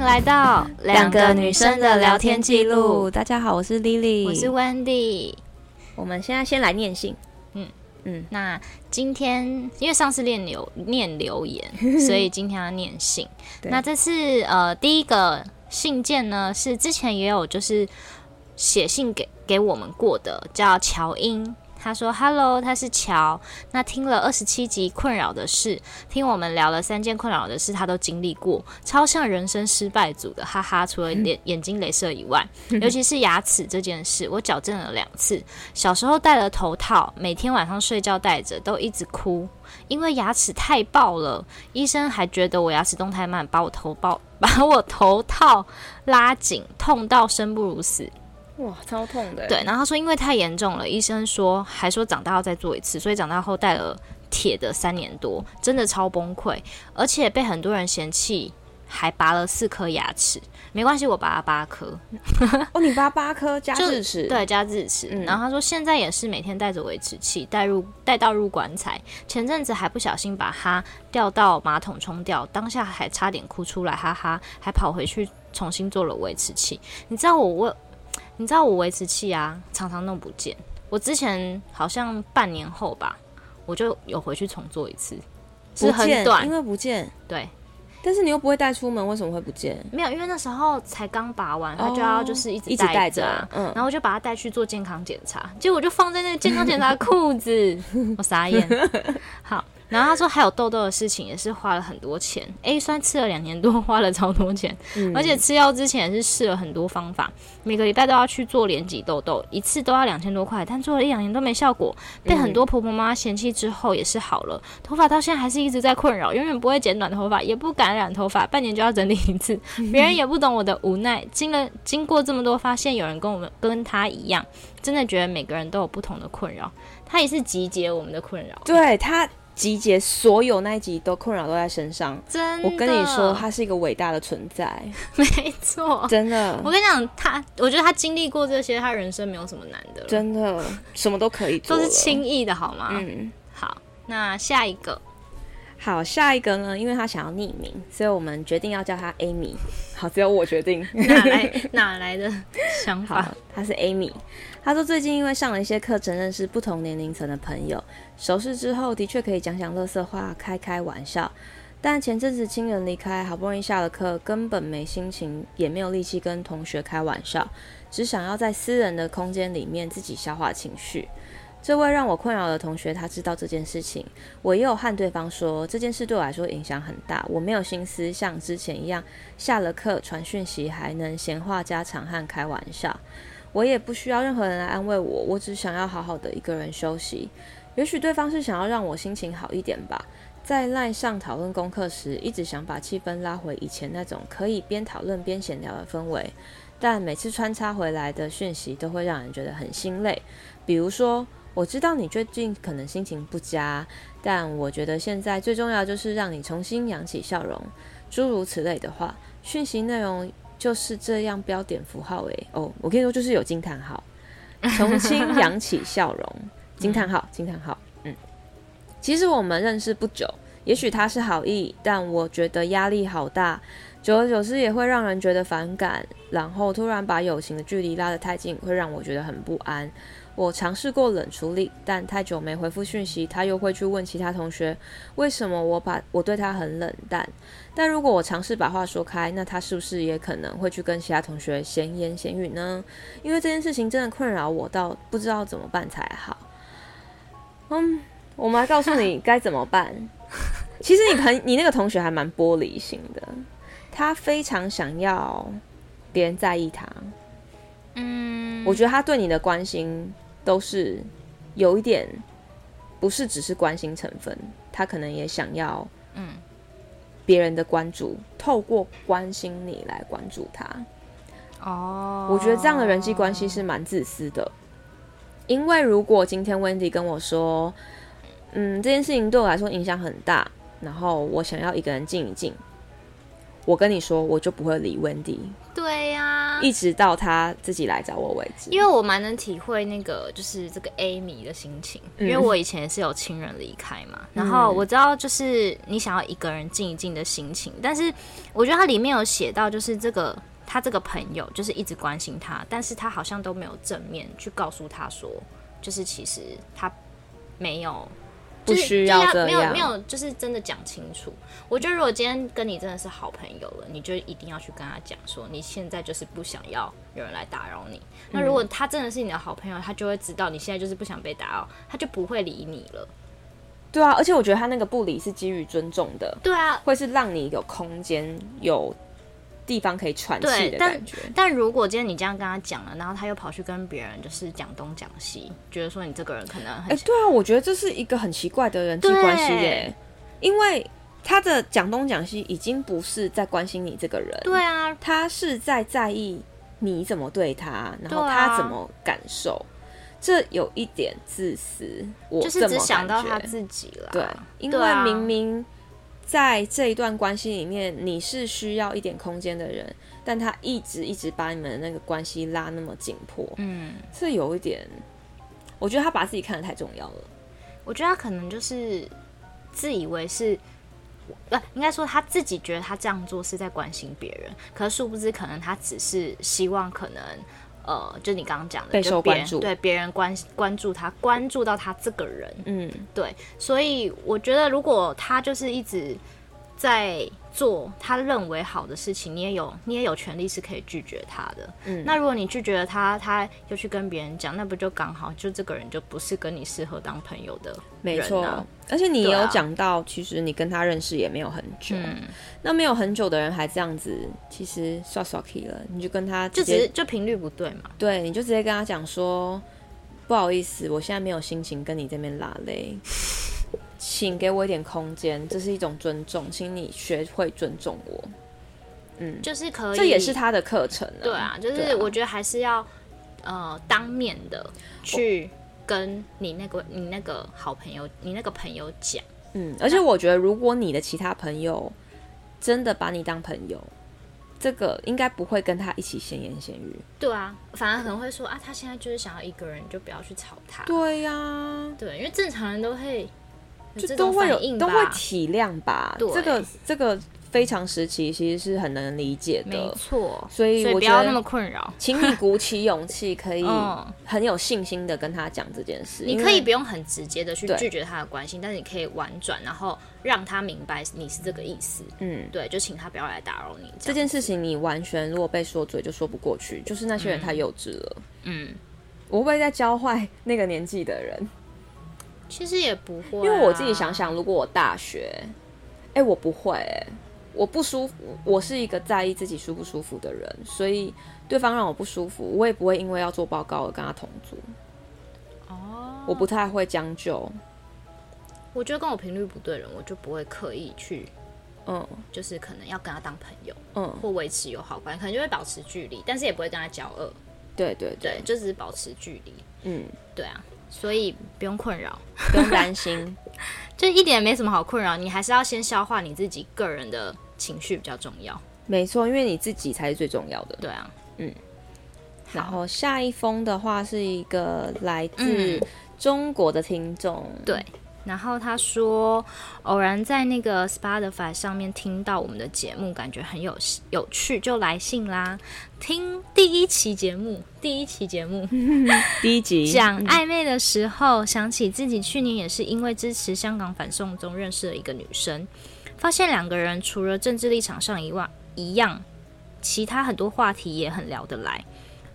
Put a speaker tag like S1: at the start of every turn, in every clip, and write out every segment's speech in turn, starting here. S1: 来到
S2: 两个女生的聊天记录。，大家好，我是 Lily，
S1: 我是 Wendy。
S2: 我们现在先来念信，
S1: 那今天因为上次念留念留言，所以今天要念信。
S2: 对
S1: 那这次呃第一个信件呢，是之前也有就是写信给给我们过的，叫乔英。他说：“Hello，他是乔。那听了二十七集困扰的事，听我们聊了三件困扰的事，他都经历过，超像人生失败组的，哈哈。除了眼眼睛镭射以外，尤其是牙齿这件事，我矫正了两次，小时候戴了头套，每天晚上睡觉戴着，都一直哭，因为牙齿太爆了。医生还觉得我牙齿动太慢，把我头包 把我头套拉紧，痛到生不如死。
S2: 哇，超痛的，欸
S1: 对，，然后他说因为太严重了，医生说还说长大要再做一次，所以长大后戴了铁的三年多，真的超崩溃，而且被很多人嫌弃，还拔了四颗牙齿。没关系，我拔了八颗。
S2: 哦，你拔八颗加
S1: 就
S2: 智齿，，
S1: 对，加智齿。
S2: 嗯
S1: 然后他说现在也是每天带着维持器带入带到入棺材，前阵子还不小心把它掉到马桶冲掉，当下还差点哭出来，哈哈，还跑回去重新做了维持器。你知道我我，你知道我维持器啊，常常弄不见。我之前好像半年后吧，我就有回去重做一次，是
S2: 不
S1: 很
S2: 见，
S1: 短
S2: 因，为不见，
S1: 对，
S2: 但是你又不会带出门，为什么会不见？
S1: 没有，因为那时候才刚拔完，他就
S2: 哦
S1: 要就是一直
S2: 一直戴
S1: 着啊
S2: 着，嗯
S1: 然后我就把它带去做健康检查，结果我就放在那个健康检查裤子，我傻眼。好，然后他说还有痘痘的事情也是花了很多钱，A 酸吃了两年多，花了超多钱，而且吃药之前也是试了很多方法，每个礼拜都要去做脸挤痘痘，一次都要两千多块，但做了一两年都没效果，被很多婆婆妈妈嫌弃之后也是好了，头发到现在还是一直在困扰，永远不会剪短头发，也不敢染头发，半年就要整理一次，别人也不懂我的无奈。经了经过这么多，发现有人跟我们跟他一样，真的觉得每个人都有不同的困扰，他也是集结我们的困扰，
S2: 对他集结所有那一集都困扰都在身上。
S1: 真的，
S2: 我跟你说，他是一个伟大的存在，
S1: 没错。
S2: 真的
S1: 哦我，跟你讲，他，我觉得他经历过这些，他人生没有什么难的了，
S2: 真的，什么都可以做
S1: 都
S2: 了，
S1: 是轻易的好吗？
S2: 嗯。
S1: 好，那下一个，
S2: 好，下一个呢？因为他想要匿名，所以我们决定要叫他 Amy。好，只有我决定。
S1: 哪来哪来的想
S2: 好
S1: 法？，
S2: 他是 Amy。他说最近因为上了一些课程，认识不同年龄层的朋友，熟识之后的确可以讲讲乐色话，开开玩笑。但前阵子亲人离开，好不容易下了课，根本没心情，也没有力气跟同学开玩笑，只想要在私人的空间里面自己消化情绪。这位让我困扰的同学，他知道这件事情，我也有和对方说这件事对我来说影响很大，我没有心思像之前一样下了课传讯息还能闲话家常和开玩笑。我也不需要任何人来安慰我，我只想要好好的一个人休息。也许对方是想要让我心情好一点吧。在赖上讨论功课时，一直想把气氛拉回以前那种可以边讨论边闲聊的氛围，但每次穿插回来的讯息都会让人觉得很心累。比如说，我知道你最近可能心情不佳，但我觉得现在最重要就是让你重新扬起笑容，诸如此类的话，讯息内容就是这样标点符号诶、哦，我跟你说就是有惊叹号，重新扬起笑容，惊叹号，惊叹号，嗯。其实我们认识不久，也许他是好意，但我觉得压力好大，久而久之也会让人觉得反感，然后突然把友情的距离拉得太近，会让我觉得很不安。我尝试过冷处理，但太久没回复讯息，他又会去问其他同学为什么我把我对他很冷淡。但如果我尝试把话说开，那他是不是也可能会去跟其他同学闲言闲语呢？因为这件事情真的困扰我到不知道怎么办才好。嗯，我们来告诉你该怎么办。其实你朋你那个同学还蛮玻璃心的，他非常想要别人在意他。
S1: 嗯，
S2: 我觉得他对你的关心都是有一点，不是只是关心成分，他可能也想要
S1: 嗯
S2: 别人的关注，透过关心你来关注他。
S1: 哦，
S2: 我觉得这样的人际关系是蛮自私的，因为如果今天 Wendy 跟我说，嗯，这件事情对我来说影响很大，然后我想要一个人静一静，我跟你说，我就不会理 Wendy，
S1: 对呀、
S2: 一直到他自己来找我为止。
S1: 啊因为我蛮能体会那个就是这个 Amy 的心情，因
S2: 嗯
S1: 为我以前也是有亲人离开嘛，然后我知道就是你想要一个人静一静的心情，但是我觉得它里面有写到，就是这个他这个朋友就是一直关心他，但是他好像都没有正面去告诉他说，就是其实他没有。
S2: 不
S1: 就是
S2: 需要
S1: 就是
S2: 这
S1: 他没有
S2: 样
S1: 没有，就是真的讲清楚。我觉得如果今天跟你真的是好朋友了，你就一定要去跟他讲说，你现在就是不想要有人来打扰你。那如果他真的是你的好朋友，他就会知道你现在就是不想被打扰，他就不会理你了。
S2: 对啊，而且我觉得他那个不理是基于尊重的，
S1: 对啊，
S2: 会是让你有空间、有地方可以喘气
S1: 对
S2: 的
S1: 但
S2: 感觉。
S1: 但如果今天你这样跟他讲了，然后他又跑去跟别人就是讲东讲西，觉得说你这个人可能
S2: 哎、
S1: 很
S2: 对啊，我觉得这是一个很奇怪的人际
S1: 对
S2: 关系耶，因为他的讲东讲西已经不是在关心你这个人，
S1: 对啊，
S2: 他是在在意你怎么对他，然后
S1: 对
S2: 他
S1: 啊
S2: 怎么感受，这有一点自私。我
S1: 就是
S2: 这
S1: 只
S2: 么
S1: 想到
S2: 感觉
S1: 他自己了。
S2: 对，因
S1: 对
S2: 为
S1: 啊
S2: 明明在这一段关系里面，你是需要一点空间的人，但他一直一直把你们的那个关系拉那么紧迫，
S1: 嗯，
S2: 这有一点，我觉得他把自己看得太重要了。
S1: 我觉得他可能就是自以为是，呃，应该说他自己觉得他这样做是在关心别人，可是殊不知可能他只是希望可能。呃，就你刚刚讲的，
S2: 备
S1: 就
S2: 受
S1: 别
S2: 关
S1: 人
S2: 注
S1: 对别人关关注他，关注到他这个人，
S2: 嗯，
S1: 对，所以我觉得如果他就是一直在做他认为好的事情，你也有你也有权利是可以拒绝他的。
S2: 嗯
S1: 那如果你拒绝了他，他又去跟别人讲，那不就刚好就这个人就不是跟你适合当朋友的人、啊？
S2: 没错。而且你
S1: 对啊
S2: 有讲到，其实你跟他认识也没有很久，
S1: 嗯，
S2: 那没有很久的人还这样子，其实刷刷 key 了，你就跟他
S1: 就
S2: 直
S1: 只
S2: 接
S1: 是就频率不对嘛。
S2: 对，你就直接跟他讲说，不好意思，我现在没有心情跟你这边拉嘞，请给我一点空间，这是一种尊重，请你学会尊重我。嗯，
S1: 就是可以，
S2: 这也是他的课程、啊。
S1: 对啊，就
S2: 对
S1: 是我觉得还是要呃当面的去跟你那个你那个好朋友你那个朋友讲，
S2: 嗯，而且我觉得，如果你的其他朋友真的把你当朋友，这个应该不会跟他一起闲言闲语。
S1: 对啊，反而可能会说啊，他现在就是想要一个人，你就不要去吵他。
S2: 对呀、
S1: 对，因为正常人都会有
S2: 就
S1: 这
S2: 都
S1: 种
S2: 会
S1: 反应
S2: 有
S1: 吧
S2: 都会体谅吧。
S1: 对
S2: 这个这个非常时期其实是很能理解的。
S1: 没错，
S2: 所以
S1: 所以
S2: 我
S1: 不
S2: 觉
S1: 要
S2: 得
S1: 那么困扰。
S2: 请你鼓起勇气，可以
S1: 嗯
S2: 很有信心的跟他讲这件事。
S1: 你
S2: 因
S1: 可以
S2: 为
S1: 不用很直接的去
S2: 对
S1: 拒绝他的关心，但是你可以婉转，然后让他明白你是这个意思。
S2: 嗯，
S1: 对，就请他不要来打扰你。
S2: 这
S1: 样
S2: 件事情你完全如果被说嘴就说不过去，就是那些人太幼稚了。
S1: 嗯，
S2: 我会不会在教坏那个年纪的人？
S1: 其实也不会啊、
S2: 因为我自己想想，如果我大学，哎、我不会、欸，我不舒服，我是一个在意自己舒不舒服的人，所以对方让我不舒服，我也不会因为要做报告而跟他同组。
S1: 哦，
S2: 我不太会将就，
S1: 我觉得跟我频率不对的人，我就不会刻意去，
S2: 嗯
S1: 就是可能要跟他当朋友
S2: 嗯，
S1: 或维持友好关系，可能就会保持距离，但是也不会跟他交恶。
S2: 对对
S1: 对
S2: 对，，
S1: 就只是保持距离。
S2: 嗯，
S1: 对啊，所以不用困扰，
S2: 不用担心。
S1: 就一点也没什么好困扰。你还是要先消化你自己个人的情绪比较重要。
S2: 没错，因为你自己才是最重要的。
S1: 对啊，
S2: 然后下一封的话是一个来自
S1: 嗯
S2: 中国的听众，
S1: 对。然后他说，偶然在那个 Spotify 上面听到我们的节目，感觉很有有趣，就来信啦。听第一期节目，第一期节目，
S2: 第一集
S1: 讲暧昧的时候，想起自己去年也是因为支持香港反送中认识了一个女生，发现两个人除了政治立场上以外一样，其他很多话题也很聊得来，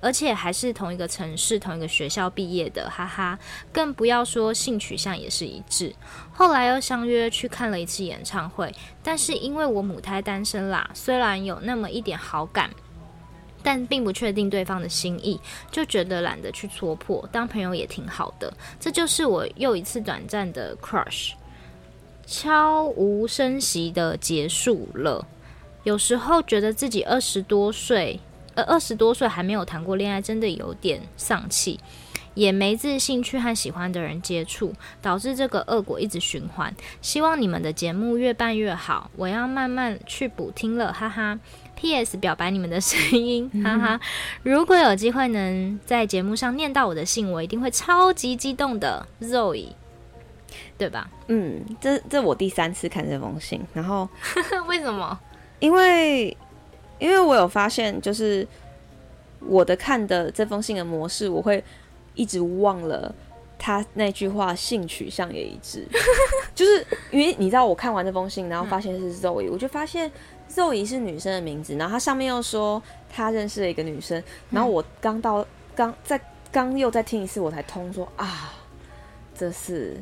S1: 而且还是同一个城市、同一个学校毕业的，哈哈。更不要说性取向也是一致。后来又相约去看了一次演唱会，但是因为我母胎单身啦，虽然有那么一点好感。但并不确定对方的心意，就觉得懒得去戳破，当朋友也挺好的。这就是我又一次短暂的 crush，悄无声息的结束了。有时候觉得自己二十多岁，呃，二十多岁还没有谈过恋爱，真的有点丧气。也没自信去和喜欢的人接触，导致这个恶果一直循环。希望你们的节目越办越好，我要慢慢去补听了，哈哈。P.S. 表白你们的声音，哈哈！如果有机会能在节目上念到我的信，我一定会超级激动的，Zoe，对吧？
S2: 嗯，这这我第三次看这封信，然后
S1: 为什么？
S2: 因为因为我有发现，就是我的看的这封信的模式，我会一直忘了他那句话性取向也一 致，就是因为你知道我看完这封信，然后
S1: 嗯
S2: 发现是 Zoe，、我就发现 Zoe 是女生的名字，然后他上面又说他认识了一个女生，然后我刚到刚在刚又再听一次，我才通说啊，这是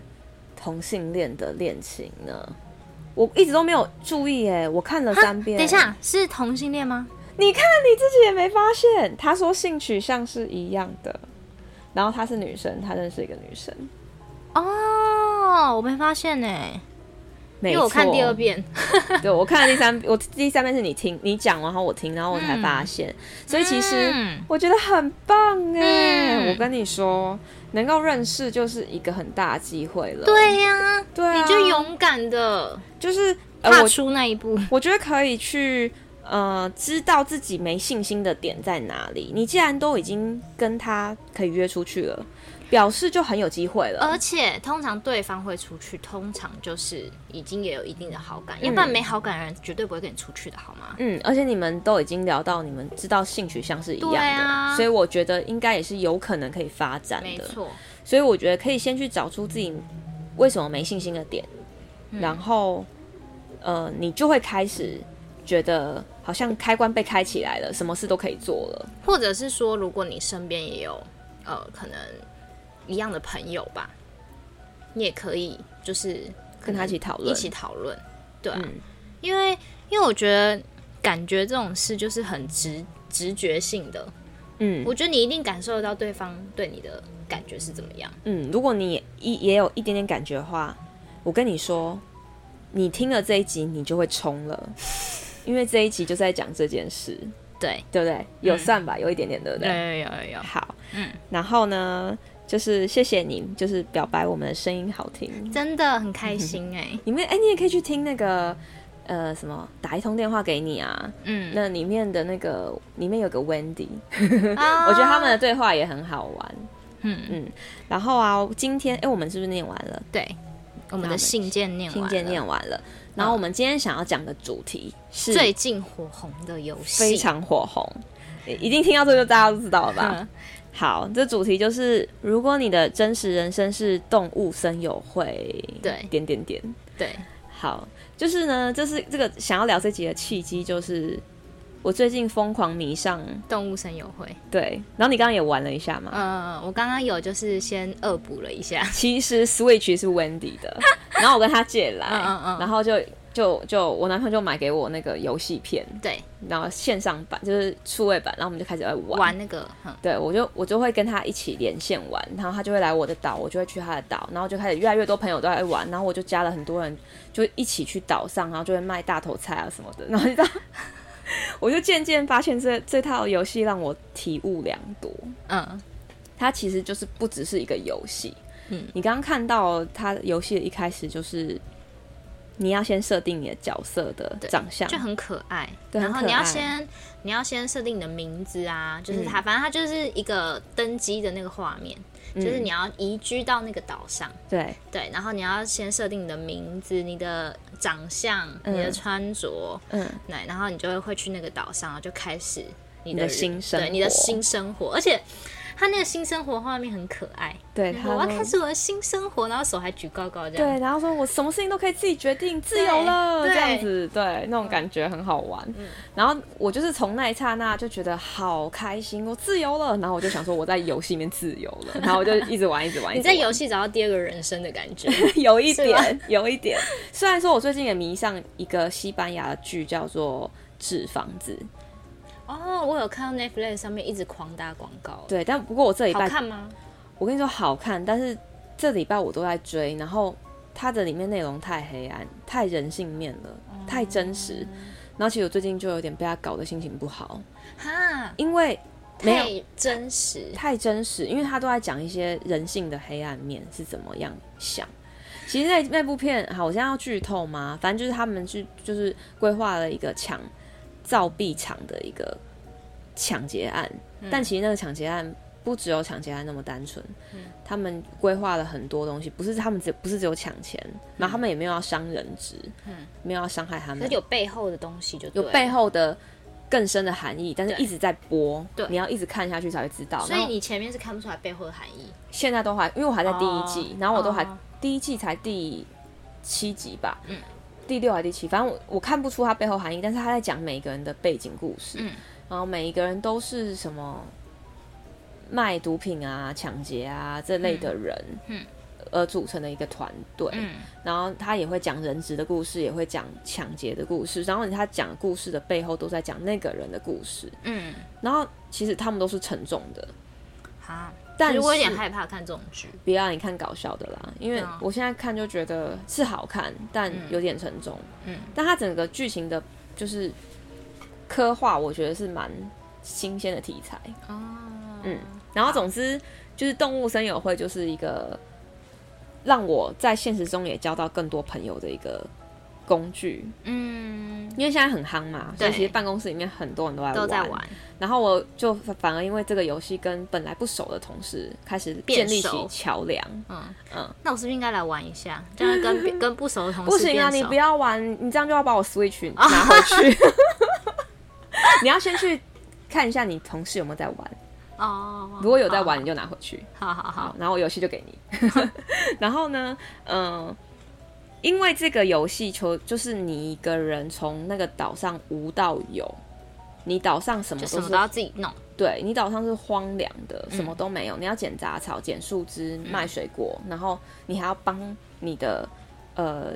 S2: 同性恋的恋情呢。我一直都没有注意哎，我看了三遍。
S1: 等一下，是同性恋吗？
S2: 你看你自己也没发现，他说性取向是一样的，然后她是女生，她认识一个女生，
S1: 哦，我没发现呢、
S2: 没
S1: 因
S2: 错
S1: 为我看第二，遍。
S2: 对我看了第三， 我第三遍是你听你讲，然后我听，然后我才发现，所以其实
S1: 嗯
S2: 我觉得很棒哎，
S1: 嗯
S2: 我跟你说，能够认识就是一个很大的机会了，
S1: 对呀、
S2: 对啊，
S1: 你就勇敢的
S2: 就是呃
S1: 踏
S2: 我
S1: 出那一步。
S2: 我觉得可以去呃知道自己没信心的点在哪里。你既然都已经跟他可以约出去了，表示就很有机会了。
S1: 而且通常对方会出去，通常就是已经也有一定的好感，要不然没好感的人绝对不会跟你出去的，好吗？
S2: 嗯，而且你们都已经聊到，你们知道性取向是一样的，
S1: 对啊
S2: 所以我觉得应该也是有可能可以发展
S1: 没
S2: 的。
S1: 错，
S2: 所以我觉得可以先去找出自己为什么没信心的点，
S1: 嗯
S2: 然后呃，你就会开始觉得好像开关被开起来了，什么事都可以做了。
S1: 或者是说，如果你身边也有呃可能一样的朋友吧，你也可以就是
S2: 跟他一起讨论
S1: 一起讨论，对啊、
S2: 嗯
S1: 因为因为我觉得感觉这种事就是很直直觉性的，
S2: 嗯，
S1: 我觉得你一定感受得到对方对你的感觉是怎么样。
S2: 嗯，如果你也一也有一点点感觉的话，我跟你说，你听了这一集，你就会冲了，因为这一集就在讲这件事，
S1: 对，
S2: 对不对？有算吧，有一点点，对
S1: 有
S2: 不对？
S1: 有有有有，
S2: 好，
S1: 嗯，
S2: 然后呢，就是谢谢你，就是表白我们的声音好听。
S1: 真的很开 心哎、
S2: 里面哎、你也可以去听那个呃什么，打一通电话给你啊，
S1: 嗯，
S2: 那里面的那个里面有个 Wendy，
S1: 啊
S2: 我觉得他们的对话也很好玩。
S1: 嗯
S2: 嗯，然后啊，今天哎、我们是不是念完了？
S1: 对我们
S2: 那我
S1: 的
S2: 们
S1: 信件念完
S2: 信
S1: 了，
S2: 件念完了。然后我们今天想要讲的主题是
S1: 最近火红的游戏，
S2: 非常火红，一定听到这就大家都知道了吧？
S1: 嗯
S2: 好，这主题就是如果你的真实人生是动物森友会，
S1: 对
S2: 点点点。
S1: 对，
S2: 好，就是呢，这是这个想要聊这集的契机，就是我最近疯狂迷上，
S1: 动物森友会。
S2: 对，然后你刚刚也玩了一下嘛。
S1: 呃，我刚刚有就是先恶补了一下，
S2: 其实 Switch 是 Wendy 的，然后我跟他借来，
S1: 嗯嗯嗯
S2: 然后就就就我男朋友就买给我那个游戏片，
S1: 对，
S2: 然后线上版就是数位版，然后我们就开始在玩。
S1: 玩那个，嗯，
S2: 对我就我就会跟他一起连线玩，然后他就会来我的岛，我就会去他的岛，然后就开始越来越多朋友都在玩，然后我就加了很多人，就一起去岛上，然后就会卖大头菜啊什么的，然后你知道， 我就渐渐发现这这套游戏让我体悟良多，
S1: 嗯，
S2: 它其实就是不只是一个游戏。
S1: 嗯，
S2: 你刚刚看到它游戏的一开始就是你要先设定你的角色的
S1: 对
S2: 长相，
S1: 就很可爱。
S2: 对
S1: 然
S2: 很
S1: 后
S2: 可
S1: 你要
S2: 爱
S1: 先你要先设定你的名字啊，就是它，反正它就是一个登机的那个画面，就是
S2: 嗯嗯
S1: 你要移居到那个岛上。
S2: 对，
S1: 对，然后你要先设定你的名字、你的长相、
S2: 嗯
S1: 你的穿着，
S2: 嗯，
S1: 对，然后你就会会去那个岛上，然后就开始你
S2: 你的新生
S1: 对，你的
S2: 活
S1: 新生活，而且。他那个新生活画面很可爱，
S2: 对，
S1: 就是
S2: 他
S1: 我要
S2: 都
S1: 开始我的新生活，然后手还举高高这样。
S2: 对，然后说我什么事情都可以自己决定，自由了，
S1: 对嗯
S2: 这样子，对，那种感觉很好玩。然后我就是从那一刹那就觉得好开心，我自由了。然后我就想说我在游戏里面自由了，然后我就一直玩，一直玩。一
S1: 你
S2: 直
S1: 在
S2: 玩
S1: 游戏找到第二个人生的感觉。
S2: 有一
S1: 是吗
S2: 点，有一点。虽然说我最近也迷上一个西班牙的剧，叫做《纸房子》，
S1: 哦，我有看到 Netflix 上面一直狂打广告，
S2: 对，但不过我这礼
S1: 好
S2: 拜
S1: 看吗？
S2: 我跟你说好看，但是这礼拜我都在追，然后它的里面内容太黑暗、太人性面了、太真实。然后其实我最近就有点被它搞得心情不好，
S1: 哈，
S2: 因为没有
S1: 太真实，
S2: 太真实，因为他都在讲一些人性的黑暗面是怎么样想。其实那那部片，好，我现在要剧透吗？反正就是他们去就是规划了一个抢造币厂的一个抢劫案，
S1: 嗯
S2: 但其实那个抢劫案不只有抢劫案那么单纯，
S1: 嗯
S2: 他们规划了很多东西，不是他们只不是只有抢钱，
S1: 嗯
S2: 然后他们也没有要伤人质，没有要伤害他
S1: 可
S2: 们
S1: 是，有背后的东西就
S2: 有
S1: 对了
S2: 背。后的更深的含义，但是
S1: 对
S2: 一直在播，
S1: 对
S2: 你要一直看下去才会知道。
S1: 所
S2: 然
S1: 以
S2: 后
S1: 你前面是看不出来背后的含义，
S2: 现在都还，因为我还在第一季，
S1: 哦
S2: 然后我都还、
S1: 哦
S2: 第一季才第七集吧，
S1: 嗯
S2: 第六还第七，反正我我看不出它背后含义，但是他在讲每一个人的背景故事，
S1: 嗯
S2: 然后每一个人都是什么卖毒品啊、抢劫啊这类的人，
S1: 嗯
S2: 而组成的一个团队，
S1: 嗯
S2: 然后他也会讲人质的故事，也会讲抢劫的故事，然后他讲故事的背后都在讲那个人的故事，
S1: 嗯，
S2: 然后其实他们都是沉重的，
S1: 好。
S2: 但
S1: 其
S2: 是
S1: 实我有点害怕看这种剧，
S2: 不要你看搞笑的啦，因为
S1: 啊
S2: 我现在看就觉得是好看，但有点沉重。
S1: 嗯，
S2: 但它整个剧情的，就是刻画，我觉得是蛮新鲜的题材。
S1: 哦，
S2: 嗯，然后总之就是《动物森友会》就是一个让我在现实中也交到更多朋友的一个工具，
S1: 嗯，
S2: 因为现在很夯嘛，所以
S1: 对
S2: 其实办公室里面很多人都在
S1: 都在玩，
S2: 然后我就反而因为这个游戏跟本来不熟的同事开始
S1: 变
S2: 建立起
S1: 熟
S2: 桥梁。
S1: 嗯
S2: 嗯
S1: 嗯，那我是不是应该来玩一下？这样 跟跟不熟的同事
S2: 不行啊，
S1: 变
S2: 你
S1: 熟
S2: 不要玩，你这样就要把我 Switch 拿回去。 你要先去看一下你同事有没有在玩，
S1: 哦。
S2: 如果有在玩，你就拿回去。
S1: 好，好好
S2: 好
S1: 好，，
S2: 然后我游戏就给你。 然后呢，嗯、因为这个游戏就就是你一个人从那个岛上无到有，你岛上什么
S1: 就
S2: 都
S1: 什么
S2: 是
S1: 都要自己弄。
S2: 对你岛上是荒凉的，什么都没有，你要捡杂草、捡树枝、卖水果，然后你还要帮你的呃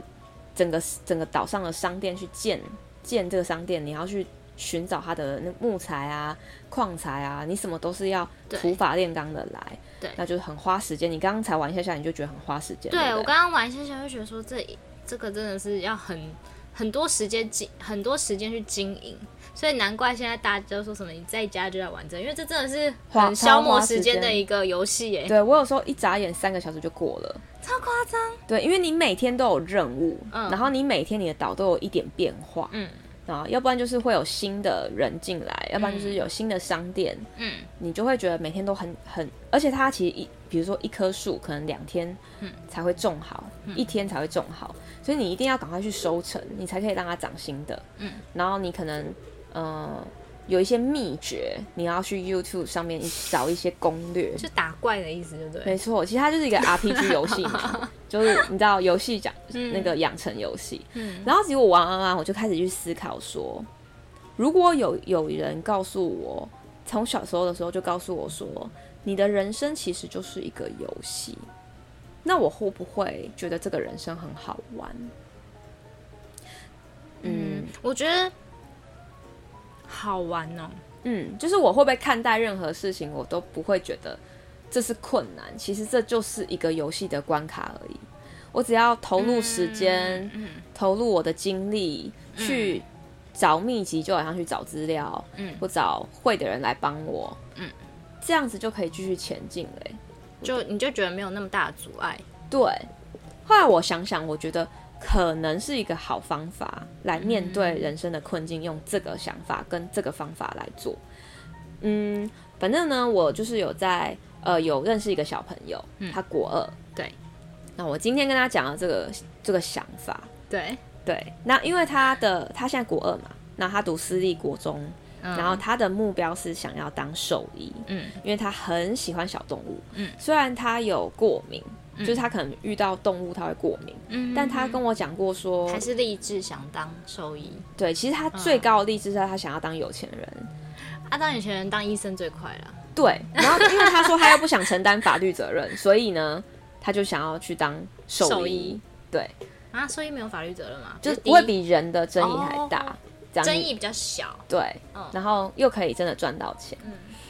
S2: 整个整个岛上的商店去建建这个商店，你要去寻找它的那木材啊、矿材啊，你什么都是要
S1: 对
S2: 土法炼钢的来，
S1: 对
S2: 那就是很花时间。你刚刚才玩一下下，你就觉得很花时间，对
S1: 对
S2: 不
S1: 我
S2: 对
S1: 刚刚玩一下下，就觉得说这这个真的是要很很多时间经很多时间去经营，所以难怪现在大家都说什么你在家就在玩这个，因为这真的是
S2: 花
S1: 很消
S2: 超
S1: 磨
S2: 花时
S1: 时
S2: 间
S1: 间的一个游戏耶，
S2: 对我有时候一眨眼三个小时就过了。
S1: 超夸张。
S2: 对，因为你每天都有任务，
S1: 嗯
S2: 然后你每天你的岛都有一点变化，
S1: 嗯
S2: 啊，要不然就是会有新的人进来，要不然就是有新的商店，
S1: 嗯
S2: 你就会觉得每天都很很，而且它其实一，比如说一棵树，可能两天才会种好，一天才会种好，所以你一定要赶快去收成，你才可以让它长新的。
S1: 嗯，
S2: 然后你可能呃有一些秘诀，你要去 YouTube 上面找一些攻略。
S1: 就打怪的意思，对不嗯对？
S2: 没错，其实它就是 一个 RPG 游戏嘛，就是你知道游戏讲那个养成游戏，
S1: 嗯
S2: 然后结果我玩玩玩，我就开始去思考说，如果有有人告诉我，从小时候的时候就告诉我说，你的人生其实就是一个游戏，那我会不会觉得这个人生很好玩？嗯
S1: 嗯，我觉得好玩哦。
S2: 嗯，就是我会不会看待任何事情，我都不会觉得这是困难，其实这就是一个游戏的关卡而已。我只要投入时间，
S1: 嗯
S2: 投入我的精力去找秘籍，就好像去找资料，
S1: 嗯
S2: 我找会的人来帮我，
S1: 嗯，
S2: 这样子就可以继续前进欸嘞、
S1: 就你就觉得没有那么大的阻碍。
S2: 对，后来我想想，我觉得可能是一个好方法来面对人生的困境，用这个想法跟这个方法来做。嗯，反正呢，我就是有在呃有认识一个小朋友，他国二，
S1: 对，
S2: 那我今天跟他讲了这个这个想法，
S1: 对，
S2: 对，那因为他的他现在国二嘛，那他读私立国中，
S1: 嗯
S2: 然后他的目标是想要当兽医，
S1: 嗯
S2: 因为他很喜欢小动物，
S1: 嗯，
S2: 虽然他有过敏，就是他可能遇到动物他会过敏，
S1: 嗯，
S2: 但他跟我讲过说，
S1: 还是立志想当兽医。
S2: 对，其实他最高的励志是他想要当有钱人，
S1: 啊，当有钱人当医生最快了。
S2: 对，然后因为他说他又不想承担法律责任，所以呢，他就想要去当兽
S1: 兽
S2: 医
S1: 医，
S2: 对，
S1: 啊，兽医没有法律责任嘛，
S2: 就是
S1: 第
S2: 不
S1: 一
S2: 会比人的争议还
S1: 哦
S2: 大，这样
S1: 争
S2: 你
S1: 议比较小。
S2: 对
S1: 嗯，
S2: 然后又可以真的赚到钱。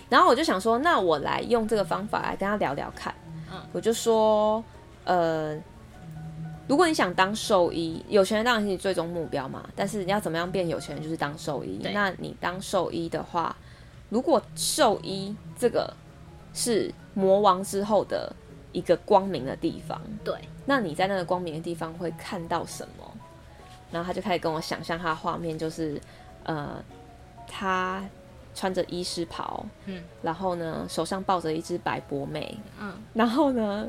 S2: 然后我就想说，那我来用这个方法来跟他聊聊看。
S1: 嗯
S2: 我就说，呃，如果你想当兽医，有钱人当然是你最终目标嘛。但是你要怎么样变有钱人，就是当兽医。
S1: 对
S2: 那你当兽医的话，如果兽医这个是魔王之后的一个光明的地方，
S1: 对，
S2: 那你在那个光明的地方会看到什么？然后他就开始跟我想象他的画面，就是呃，他穿着医师袍，
S1: 嗯，
S2: 然后呢手上抱着一只白博美，
S1: 嗯，
S2: 然后呢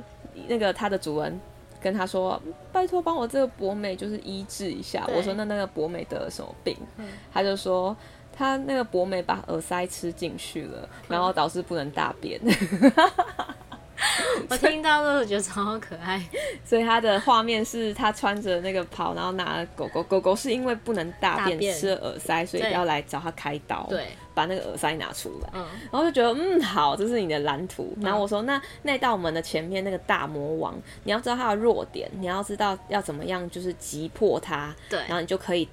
S2: 那个他的主人跟他说，拜托帮我这个博美就是医治一下。
S1: 对
S2: 我说那那个博美得了什么病？
S1: 嗯
S2: 他就说。他那个博美把耳塞吃进去
S1: 嗯
S2: 了，然后导致不能大便，
S1: 我听到都觉得超可 爱。
S2: 所以他的画面是他穿着那个袍，然后拿了狗狗，狗狗是因为不能大便
S1: 大便
S2: 吃了耳塞，所以
S1: 对
S2: 要来找他开刀，
S1: 对，
S2: 把那个耳塞拿出来。
S1: 嗯，
S2: 然后就觉得嗯好，这是你的蓝图。然后我嗯说那那道门的前面那个大魔王，你要知道他的弱点，你要知道要怎么样就是击破他，
S1: 对
S2: 然，后你就可以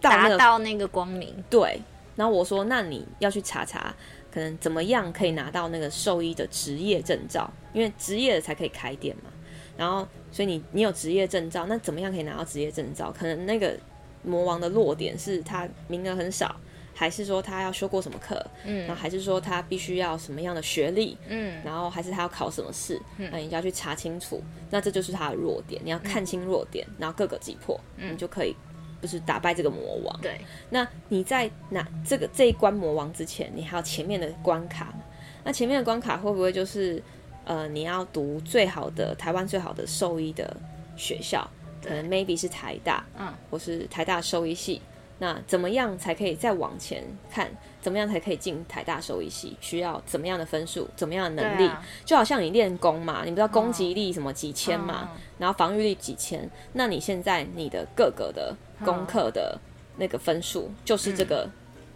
S2: 到那
S1: 达
S2: 个
S1: 到那个光明。
S2: 对。然后我说那你要去查查，可能怎么样可以拿到那个兽医的职业证照，因为职业的才可以开店嘛。然后所以你你有职业证照，那怎么样可以拿到职业证照？可能那个魔王的弱点是他名额很少，还是说他要修过什么课？然
S1: 嗯
S2: 后还是说他必须要什么样的学历，
S1: 嗯，
S2: 然后还是他要考什么试，那你就要去查清楚。那这就是他的弱点，你要看清弱点，然后各个击破，你就可以就是打败这个魔王。
S1: 对，
S2: 那你在拿这个这一关魔王之前，你还有前面的关卡嘛？那前面的关卡会不会就是呃，你要读最好的台湾最好的兽医的学校，可能 maybe 是台大，
S1: 嗯，
S2: 或是台大兽医系。那怎么样才可以再往前看？怎么样才可以进台大兽医系？需要怎么样的分数？怎么样的能力？
S1: 对啊
S2: 就好像你练功嘛，你不知道攻击力什么几千嘛，
S1: 嗯
S2: 然后防御力几千，那你现在你的各个的功课的那个分数就是这
S1: 嗯
S2: 个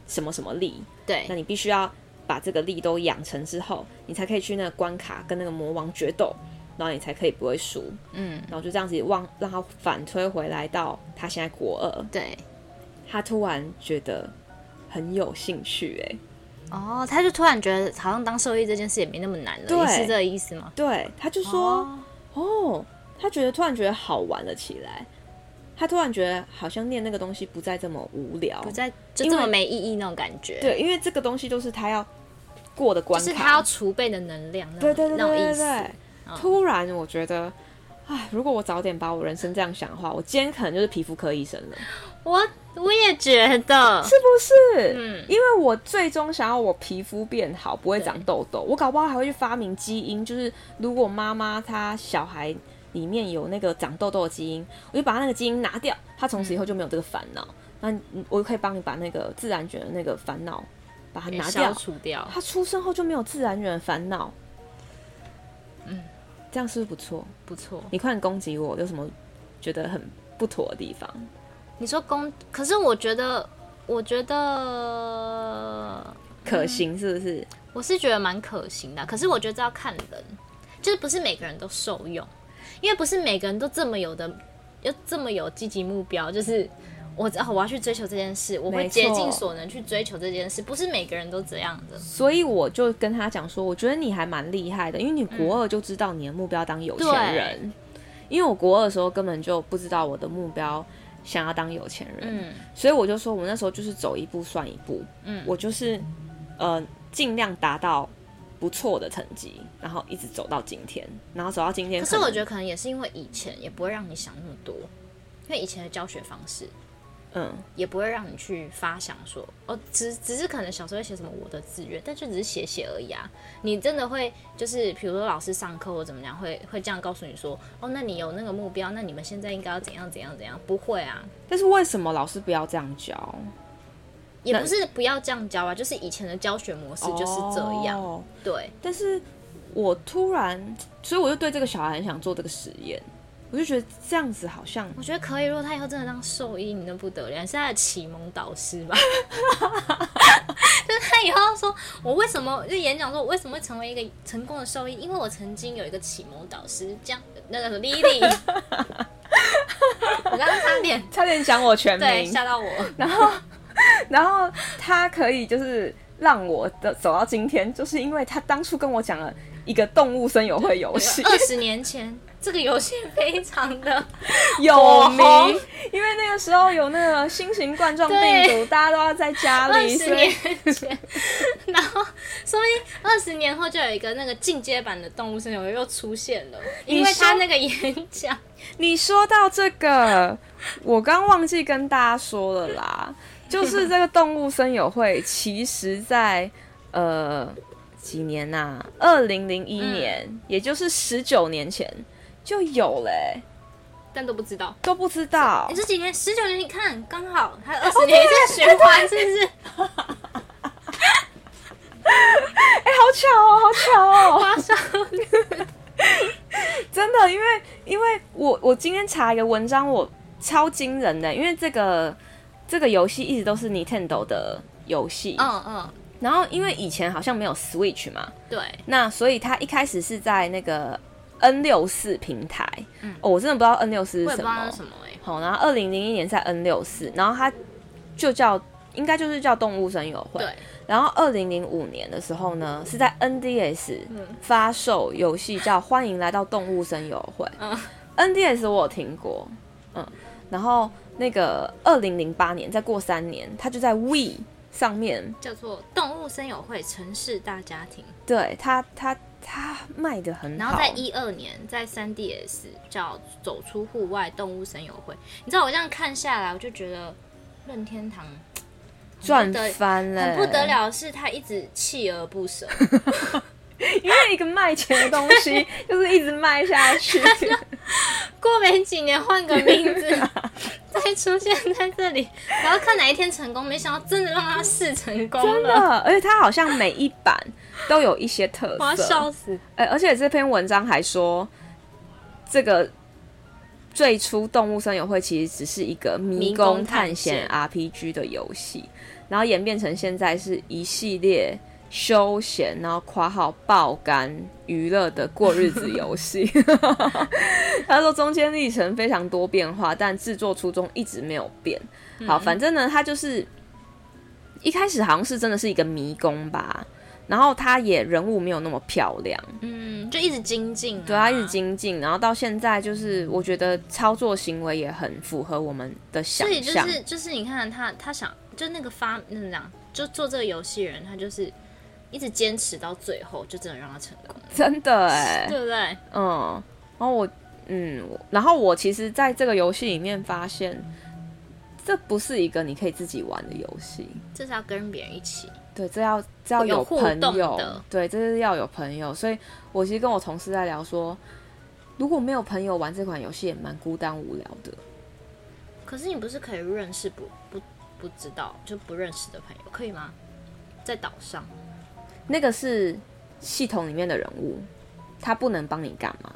S2: 什么什么力，那
S1: 对，
S2: 你必须要把这个力都养成之后，你才可以去那个关卡跟那个魔王决斗，然后你才可以不会输，
S1: 嗯，
S2: 然后就这样子忘让他反推回来到他现在国二，
S1: 对。
S2: 他突然觉得很有兴趣、欸，
S1: 哦，他就突然觉得好像当兽医这件事也没那么难了，
S2: 对
S1: 你是这个意思吗？
S2: 对，他就说。
S1: 哦，
S2: 哦，他觉得突然觉得好玩了起来，他突然觉得好像念那个东西不再这么无聊
S1: 不，再就
S2: 因
S1: 这
S2: 为
S1: 么没意义那种感觉。，
S2: 对，因为这个东西都是他要过的
S1: 就
S2: 关卡，
S1: 是他要储备的能量，那
S2: 对
S1: 种
S2: 对对
S1: 那种
S2: 对
S1: 意
S2: 对
S1: 思。嗯
S2: 对，突然我觉得。哎，如果我早点把我人生这样想的话，我今天可能就是皮肤科医生 了，
S1: 我我也觉得，
S2: 是不是？
S1: 嗯，
S2: 因为我最终想要我皮肤变好，不会
S1: 对
S2: 长痘痘，我搞不好还会去发明基因，就是如果妈妈她小孩里面有那个长痘痘的基因，我就把她那个基因拿掉，她从此以后就没有这个烦恼。那你我可以帮你把那个自然卷的那个烦恼把它
S1: 给
S2: 拿
S1: 消
S2: 掉，
S1: 除掉。
S2: 她出生后就没有自然卷的烦恼。嗯，这样是不是不错？
S1: 不错。
S2: 你快点攻击我，有什么觉得很不妥的地方？
S1: 嗯你说公，可是我觉得，我觉得
S2: 可行是不是？
S1: 我是觉得蛮可行的，可是我觉得这要看人，就是不是每个人都受用，因为不是每个人都这么有的，又这么有积极目标，就是我知道我要去追求这件事，我会
S2: 没错
S1: 竭尽所能去追求这件事，不是每个人都这样的。
S2: 所以我就跟他讲说，我觉得你还蛮厉害的，因为你国
S1: 嗯
S2: 二就知道你的目标当有钱人。因为我国二的时候根本就不知道我的目标想要当有钱人，
S1: 嗯
S2: 所以我就说我那时候就是走一步算一步，
S1: 嗯
S2: 我就是呃尽量达到不错的成绩，然后一直走到今天，然后走到今天
S1: 可
S2: 能。
S1: 是我觉得可能也是因为以前也不会让你想那么多，因为以前的教学方式
S2: 嗯，
S1: 也不会让你去发想说，哦，只只是可能小时候会写什么我的志愿，但就只是写写而已啊。你真的会就是，比如说老师上课或怎么样，会会这样告诉你说，哦，那你有那个目标，那你们现在应该要怎样怎样怎样？不会啊，
S2: 但是为什么老师不要这样教？
S1: 也不是不要这样教啊，就是以前的教学模式就是这样，
S2: 哦
S1: 对，
S2: 但是我突然，所以我就对这个小孩很想做这个实验，我就觉得这样子好像
S1: 我觉得可以。如果他以后真的当兽医，你那不得了，你是他的启蒙导师吧？ 就是他以后说，我为什么就演讲说，我为什么会成为一个成功的兽医？因为我曾经有一个启蒙导师，这样那个 Lily，我刚刚差点
S2: 差点讲我全
S1: 对
S2: 名，
S1: 吓到我，
S2: 然后他可以就是让我的走到今天，就是因为他当初跟我讲了一个动物森友会游 戏，
S1: 二十年前这个游戏非常的
S2: 有名
S1: 火红，
S2: 因为那那时候有那个新型冠状病毒，大家都要在家
S1: 二
S2: 里，
S1: 十
S2: 所以
S1: 年前， 然后说不定二十年后就有一个那个进阶版的动物森友会又出现了，因为他那个演讲，
S2: 你说到这个，我刚忘记跟大家说了啦，就是这个动物森友会，其实在呃几年呐、2二零零一年，也就是十九年前就有嘞、
S1: 但都不知道。
S2: 都不知道
S1: 哎你、。这几年十九年，你看刚好还有二十年在循环，是不是？
S2: 哎、好巧哦，好巧哦，
S1: 花 上
S2: 真的，因为因为我我今天查一个文章，我超惊人的，因为这个这个游戏一直都是 Nintendo 的游戏，
S1: 嗯嗯，
S2: 然后因为以前好像没有 Switch 嘛，
S1: 对，
S2: 那所以它一开始是在那个 N 六四平台，
S1: 嗯
S2: 哦，我真的不知道 N 六四
S1: 我
S2: 是
S1: 也不知
S2: 什
S1: 道那
S2: 么
S1: 是，什么哎、
S2: 好、然后二零零一年在 N 六四，然后它就叫应该就是叫动物森友会，
S1: 对，
S2: 然后二零零五年的时候呢，是在 NDS
S1: 嗯
S2: 发售游戏叫《欢迎来到动物森友会》
S1: 嗯
S2: NDS 我有听过，嗯，然后那个二零零八年，再过三年，它就在 We 上面，
S1: 叫做动物森友会城市大家庭，
S2: 对它它它卖的很好，
S1: 然后在一二年在三 DS 叫走出户外动物森友会。你知道我这样看下来，我就觉得任天堂
S2: 赚
S1: 不得
S2: 翻了，
S1: 很不得了，是他一直锲而不舍，
S2: 因为一个卖钱的东 西就是一直卖下去，
S1: 过没几年换个名字 再出现在这里，然后看哪一天成功。没想到真的让他试成功
S2: 真
S1: 了，
S2: 的，而且它好像每一版都有一些特
S1: 我要
S2: 色，
S1: 笑死。
S2: 哎、而且这篇文章还说，这个最初动物森友会其实只是一个迷
S1: 迷
S2: 宫
S1: 宫
S2: 探
S1: 探
S2: 险
S1: 险
S2: RPG 的游戏，然后演变成现在是一系列休闲，然后括号爆肝娱乐的过日子游戏。 他说中间历程非常多变化，但制作初衷一直没有变。好，反正呢，它就是一开始好像是真的是一个迷宫吧，然后它也人物没有那么漂亮。
S1: 嗯，就一直精进、啊，
S2: 对啊，一直。精进，然后到现在就是，我觉得操作行为也很符合我们的想
S1: 所以就
S2: 象。
S1: 是就是，你看他他想就那个发那怎样，就做这个游戏人，他就是一直坚持到最后，就真的让他成功了，
S2: 真的哎、
S1: 对不对？
S2: 嗯，然后我，嗯，我然后我其实在这个游戏里面发现，这不是一个你可以自己玩的游戏。
S1: 这是要跟别人一起，
S2: 对，这要这要
S1: 有
S2: 有
S1: 互
S2: 朋
S1: 动
S2: 友
S1: 的，
S2: 对，这是要有朋友。所以我其实跟我同事在聊说，如果没有朋友玩这款游戏，也蛮孤单无聊的。
S1: 可是你不是可以认识不不不知道就不认识的朋友，可以吗？在岛上，
S2: 那个是系统里面的人物，他不能帮你干嘛，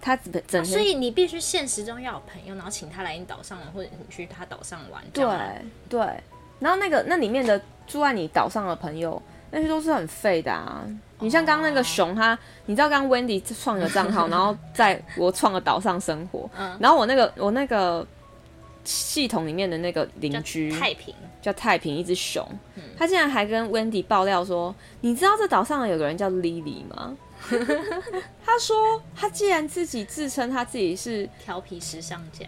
S2: 他只整
S1: 所
S2: 天、
S1: 以你必须现实中要有朋友，然后请他来你岛上玩，或者你去他岛上玩。这
S2: 对
S1: 样吗
S2: 对。啊然后那个那里面的住在你岛上的朋友，那些都是很废的啊。你像刚刚
S1: 哦
S2: 那个熊他，你知道刚刚 Wendy 创个账 号，然后在我创个岛上生活，
S1: 嗯
S2: 然后我那个我那个系统里面的那个邻居
S1: 叫太平，
S2: 叫太平，一只熊，他竟然还跟 Wendy 爆料说：“你知道这岛上有个人叫 Lily 吗？”他说：“他既然自己自称他自己是
S1: 调皮时尚家，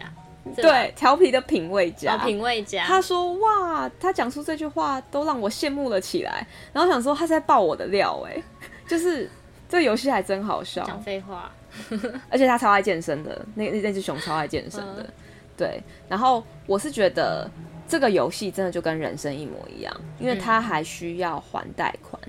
S1: 是吧，
S2: 对调皮的品味家，
S1: 然后品味家，
S2: 他说：“哇，他讲出这句话都让我羡慕了起来。”然后想说他是在爆我的料、欸，就是这游戏还真好笑，
S1: 讲废话，
S2: 而且他超爱健身的，那那那只熊超爱健身的，
S1: 嗯
S2: 对。然后我是觉得这个游戏真的就跟人生一模一样，因为它还需要还贷款。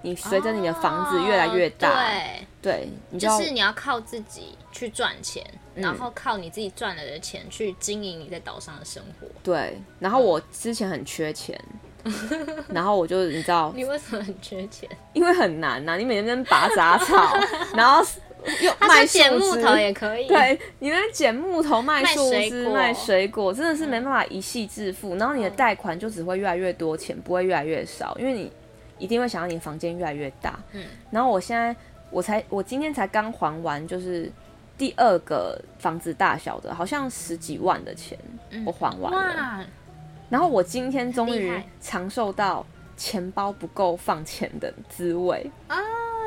S2: 你随着你的房子越来越大，
S1: 哦对。
S2: 对，你就
S1: 就
S2: 要嗯
S1: 是你要靠自己去赚钱，然后靠你自己赚了的钱去经营你在岛上的生活。
S2: 对。然后我之前很缺 钱，然后我就你知道，
S1: 你为什么很缺钱？
S2: 因为很难啊呐、你每天在那边拔杂 草，然后又 卖树
S1: 捡木
S2: 枝
S1: 头也可以，，
S2: 对，你那边捡木头卖
S1: 卖
S2: 树
S1: 水
S2: 枝
S1: 果嗯
S2: 卖水果，真的是没办法一夕致富。然后你的贷款就只会越来越多钱，不会越来越少，因为你一定会想要你的房间越来越大。
S1: 嗯，
S2: 然后我现在我才我今天才刚还完，就是第二个房子大小的，好像十几万的钱，
S1: 嗯
S2: 我还完了。
S1: 哇，
S2: 然后我今天终
S1: 很厉
S2: 于
S1: 害
S2: 尝受到钱包不够放钱的滋味。
S1: 啊，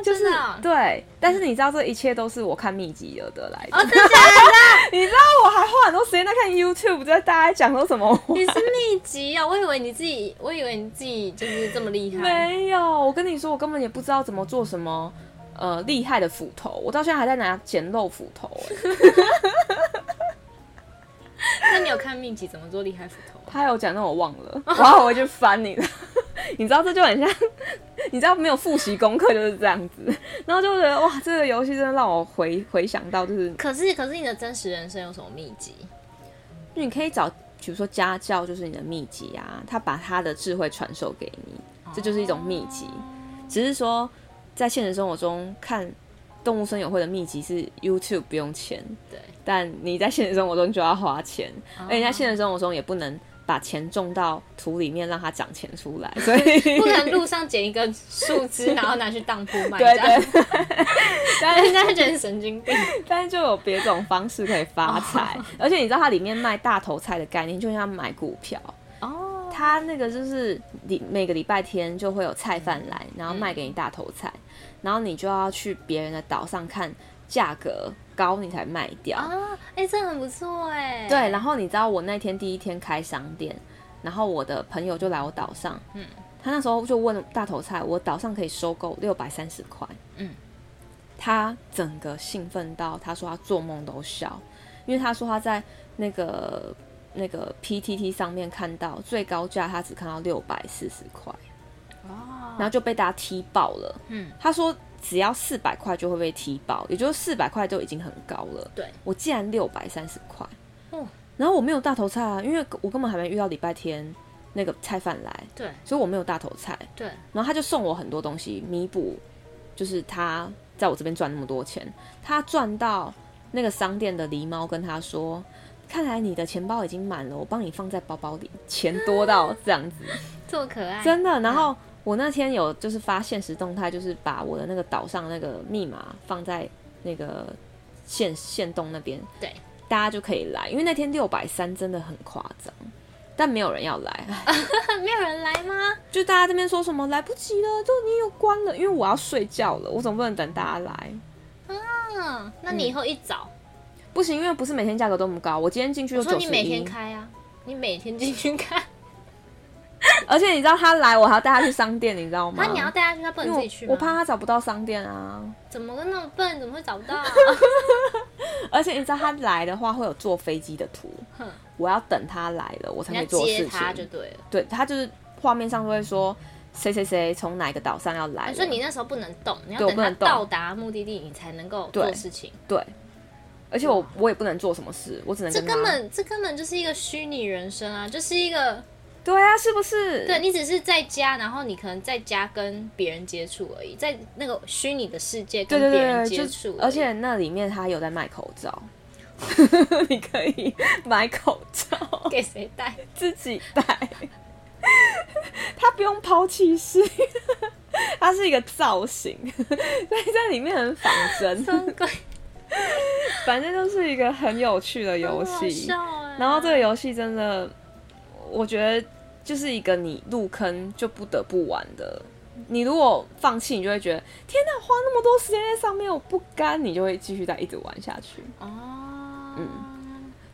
S2: 就是
S1: 真的哦
S2: 对，但是你知道这一切都是我看秘籍而得来的。
S1: 哦，真的假的？
S2: 你知道我还花很多时间在看 YouTube，在大家讲说 什么？
S1: 你是秘籍啊！我以为你自己，我以为你自己就是这么厉害。
S2: 没有，我跟你说，我根本也不知道怎么做什么。呃，厉害的斧头，我到现在还在拿捡漏斧头、 欸。
S1: 那你有看秘籍怎么做厉害斧头吗？
S2: 他有讲，但我忘了，我要回去翻你的。 你知道这就很像，你知道没有复习功课就是这样子，然后就觉得哇，这个游戏真的让我回回想到，就是
S1: 可是，可是你的真实人生有什么秘籍？
S2: 就你可以找，比如说家教就是你的秘籍啊，他把他的智慧传授给你，
S1: 哦
S2: 这就是一种秘籍。只是说在现实生活中看动物森友会的秘籍是 YouTube 不用钱，
S1: 对，
S2: 但你在现实生活中就要花钱，
S1: 哦
S2: 而且在现实生活中也不能把钱种到土里面让它长钱出来，所以
S1: 不可能路上捡一个树 枝，然后拿去当铺卖，
S2: 对
S1: 这样
S2: 对，对但
S1: 人
S2: 是
S1: 家会觉得你神经病。
S2: 但是就有别种方式可以发财，而且你知道它里面卖大头菜的概念，就像买股票。
S1: 哦，
S2: 他那个就是礼每个礼拜天就会有菜贩来，然后卖给你大头菜，然后你就要去别人的岛上看价格高你才卖掉。
S1: 啊，哎、这很不错哎、
S2: 对，然后你知道我那天第一天开商店，然后我的朋友就来我岛上，
S1: 嗯
S2: 他那时候就问大头菜，我岛上可以收购六百三十块，
S1: 嗯，
S2: 他整个兴奋到他说他做梦都笑，因为他说他在那个那个 PTT 上面看到最高价他只看到六百四十块，
S1: 哦，
S2: 然后就被大家踢爆了，
S1: 嗯，
S2: 他说只要四百块就会被踢爆，也就是四百块都已经很高了。
S1: 对，
S2: 我竟然六百三十块，
S1: 哦
S2: 然后我没有大头菜啊，因为我根本还没遇到礼拜天那个菜贩来，
S1: 对
S2: 所以我没有大头菜。
S1: 对，
S2: 然后他就送我很多东西，弥补就是他在我这边赚那么多钱，他赚到那个商店的狸猫跟他说。看来你的钱包已经满了，我帮你放在包包里，钱多到这样子。
S1: 这么可爱，嗯
S2: 真的。然后我那天有就是发现实动态，就是把我的那个岛上那个密码放在那个线线洞那边，
S1: 对，
S2: 大家就可以来，因为那天六百三真的很夸张。但没有人要来，
S1: 没有人来吗？
S2: 就大家这边说什么来不及了，都你有关了，因为我要睡觉了，我总不能等大家来，
S1: 嗯，那你以后一早，
S2: 不行，因为不是每天价格都那么高，我今天进去就
S1: 我说
S2: 九
S1: 你
S2: 十
S1: 每天
S2: 一，
S1: 开啊，你每天进去看，
S2: 而且你知道他来，我还要带他去商店，你知道吗？
S1: 那你要带他去，他不
S2: 因
S1: 能自己去
S2: 为
S1: 吗？
S2: 我我怕他找不到商店啊，
S1: 怎么跟那么笨，怎么会找不到、啊？
S2: 而且你知道他来的话会有坐飞机的图
S1: 哼，
S2: 我要等他来了，我才
S1: 你
S2: 可
S1: 要
S2: 以做
S1: 接
S2: 事
S1: 他就
S2: 情。
S1: 对了。
S2: 对他就是画面上都会说谁谁谁从哪个岛上要来了，
S1: 啊所以你那时候不能动，你要
S2: 对我
S1: 等
S2: 不
S1: 他
S2: 能动
S1: 到达目的地，你才能够做
S2: 对
S1: 事情。
S2: 对，而且我我也不能做什么事，我只能
S1: 这
S2: 跟他
S1: 根本这根本就是一个虚拟人生啊，就是一个
S2: 对啊，是不是？
S1: 对你只是在家，然后你可能在家跟别人接触而已，在那个虚拟的世界跟
S2: 对对
S1: 别人
S2: 对，
S1: 接
S2: 就
S1: 触已，
S2: 而且那里面他有在卖口罩， 你可以买口罩
S1: 给谁带？
S2: 自己戴，他不用抛弃式， 它是一个造型， 所以在里面 很仿真。
S1: 真鬼
S2: 反正就是一个很有趣的游
S1: 好
S2: 戏。
S1: 笑哎！
S2: 欸然后这个游戏真的，我觉得就是一个你入坑就不得不玩的。你如果放弃，你就会觉得天哪，花那么多时间在上面，我不甘，你就会继续再一直玩下去。
S1: 哦，嗯
S2: 嗯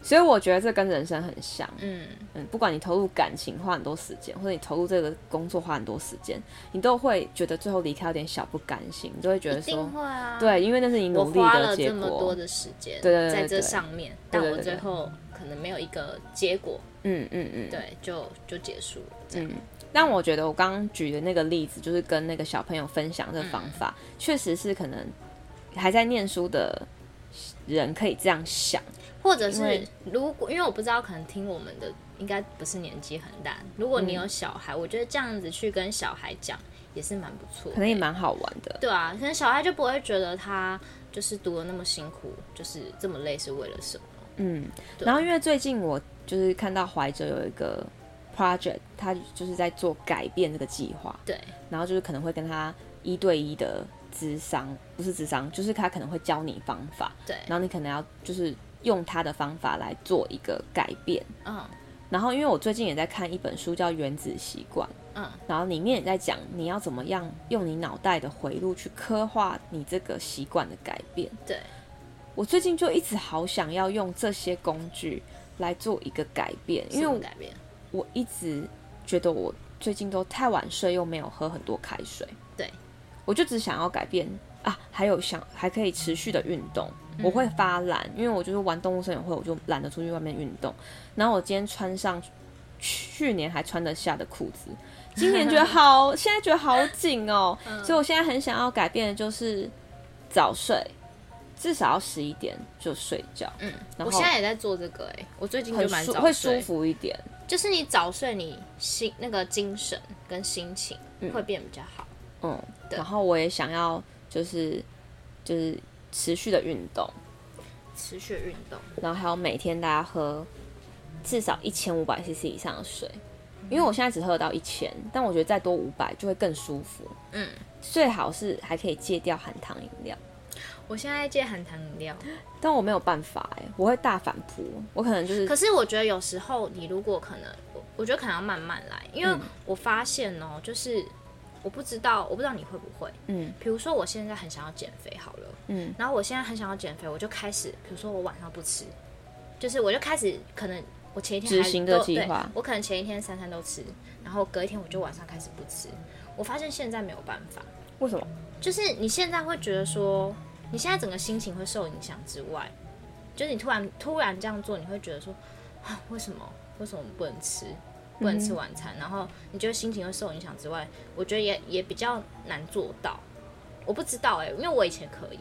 S2: 所以我觉得这跟人生很像，
S1: 嗯，
S2: 嗯，不管你投入感情花很多时间，或者你投入这个工作花很多时间，你都会觉得最后离开有点小不甘心，你就会觉
S1: 一
S2: 得
S1: 定
S2: 说，
S1: 会啊。，
S2: 对，因为那是你
S1: 我
S2: 努力
S1: 花
S2: 的
S1: 了
S2: 结
S1: 这么多
S2: 果，
S1: 的时间
S2: 对对对
S1: 在这
S2: 对
S1: 上面，
S2: 对
S1: 但
S2: 对
S1: 我
S2: 对
S1: 最
S2: 对
S1: 后可能没有一个结果，
S2: 嗯嗯嗯，
S1: 对，就就结束了。这样
S2: 嗯，但我觉得我刚刚举的那个例子，就是跟那个小朋友分享这个方法，
S1: 嗯
S2: 确、实是可能还在念书的人可以这样想。
S1: 或者
S2: 因
S1: 是
S2: 为
S1: 如果因为我不知道，可能听我们的应该不是年纪很大。如果你
S2: 嗯
S1: 有小孩，我觉得这样子去跟小孩讲也是蛮不错的，
S2: 可能也蛮好玩的。
S1: 对啊，可能小孩就不会觉得他就是读的那么辛苦，就是这么累是为了什么？
S2: 嗯，
S1: 对
S2: 然后因为最近我就是看到怀哲有一个 project，他就是在做改变这个计划，
S1: 对，
S2: 然后就是可能会跟他一对一的智商，不是智商，就是他可能会教你方法，
S1: 对
S2: 然后你可能要就是用他的方法来做一个改变。
S1: 嗯
S2: 然后，因为我最近也在看一本书，叫《原子习惯》，
S1: 嗯，
S2: 然后里面也在讲你要怎么样用你脑袋的回路去刻画你这个习惯的改变。
S1: 对，
S2: 我最近就一直好想要用这些工具来做一个改变，因为
S1: 什么
S2: 我
S1: 改变，
S2: 我一直觉得我最近都太晚睡，又没有喝很多开水。
S1: 对，
S2: 我就只想要改变啊，还有想还可以持续的运动。
S1: 嗯
S2: 我会发懒，因为我就是玩动物森友会，我就懒得出去外面运动。然后我今天穿上去年还穿得下的裤子，今年觉 得好，现在觉得好紧哦。
S1: 嗯
S2: 所以我现在很想要改变的就是早睡，至少要十一点就睡觉，
S1: 嗯，
S2: 然后
S1: 我现在也在做这个、欸，哎，我最近就
S2: 很
S1: 蛮
S2: 舒
S1: 早
S2: 会
S1: 睡
S2: 舒服一点。
S1: 就是你早睡，你心那个精神跟心情
S2: 嗯
S1: 会变比较好。
S2: 嗯，
S1: 对
S2: 然后我也想要就是就是持续的运动，
S1: 持续运动，
S2: 然后还有每天大家喝至少一千五百 CC 以上的水，因为我现在只喝得到一千，但我觉得再多五百就会更舒服。
S1: 嗯，
S2: 最好是还可以戒掉含糖饮料，
S1: 我现在戒含糖饮料，
S2: 但我没有办法哎、我会大反扑，我可能就是
S1: 可是我觉得有时候你如果可能，我我觉得可能要慢慢来，因为
S2: 嗯
S1: 我发现哦、就是我不知道，我不知道你会不会，
S2: 嗯
S1: 比如说我现在很想要减肥好了，
S2: 嗯
S1: 然后我现在很想要减肥，我就开始，比如说我晚上不吃，就是我就开始可能我前一天
S2: 执
S1: 还
S2: 行这个
S1: 都
S2: 计
S1: 对
S2: 划
S1: 我可能前一天三餐都吃，然后隔一天我就晚上开始不吃，我发现现在没有办法，
S2: 为什么？
S1: 就是你现在会觉得说，你现在整个心情会受影响之外，就是你突然突然这样做，你会觉得说，啊，为什么为什么不能吃，不能吃晚餐？然后你觉得心情会受影响之外，我觉得也也比较难做到。我不知道哎、因为我以前可以，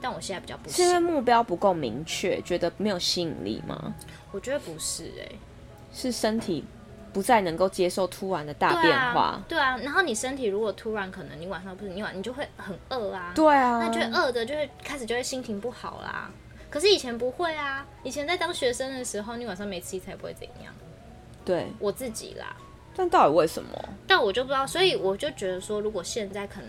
S1: 但我现在比较不
S2: 是因为
S1: 行。
S2: 目标不够明确，觉得没有吸引力吗？
S1: 我觉得不是哎、
S2: 是身体不再能够接受突然的大
S1: 对
S2: 变
S1: 啊
S2: 化，？
S1: 对啊。然后你身体如果突然可能你晚上不是你晚你就会很饿啊，
S2: 对啊，
S1: 那觉得饿的就会开始就会心情不好啦。可是以前不会啊，以前在当学生的时候，你晚上没吃一餐也不会怎样。
S2: 对，
S1: 我自己啦，
S2: 但到底为什么？
S1: 但我就不知道，所以我就觉得说，如果现在可能，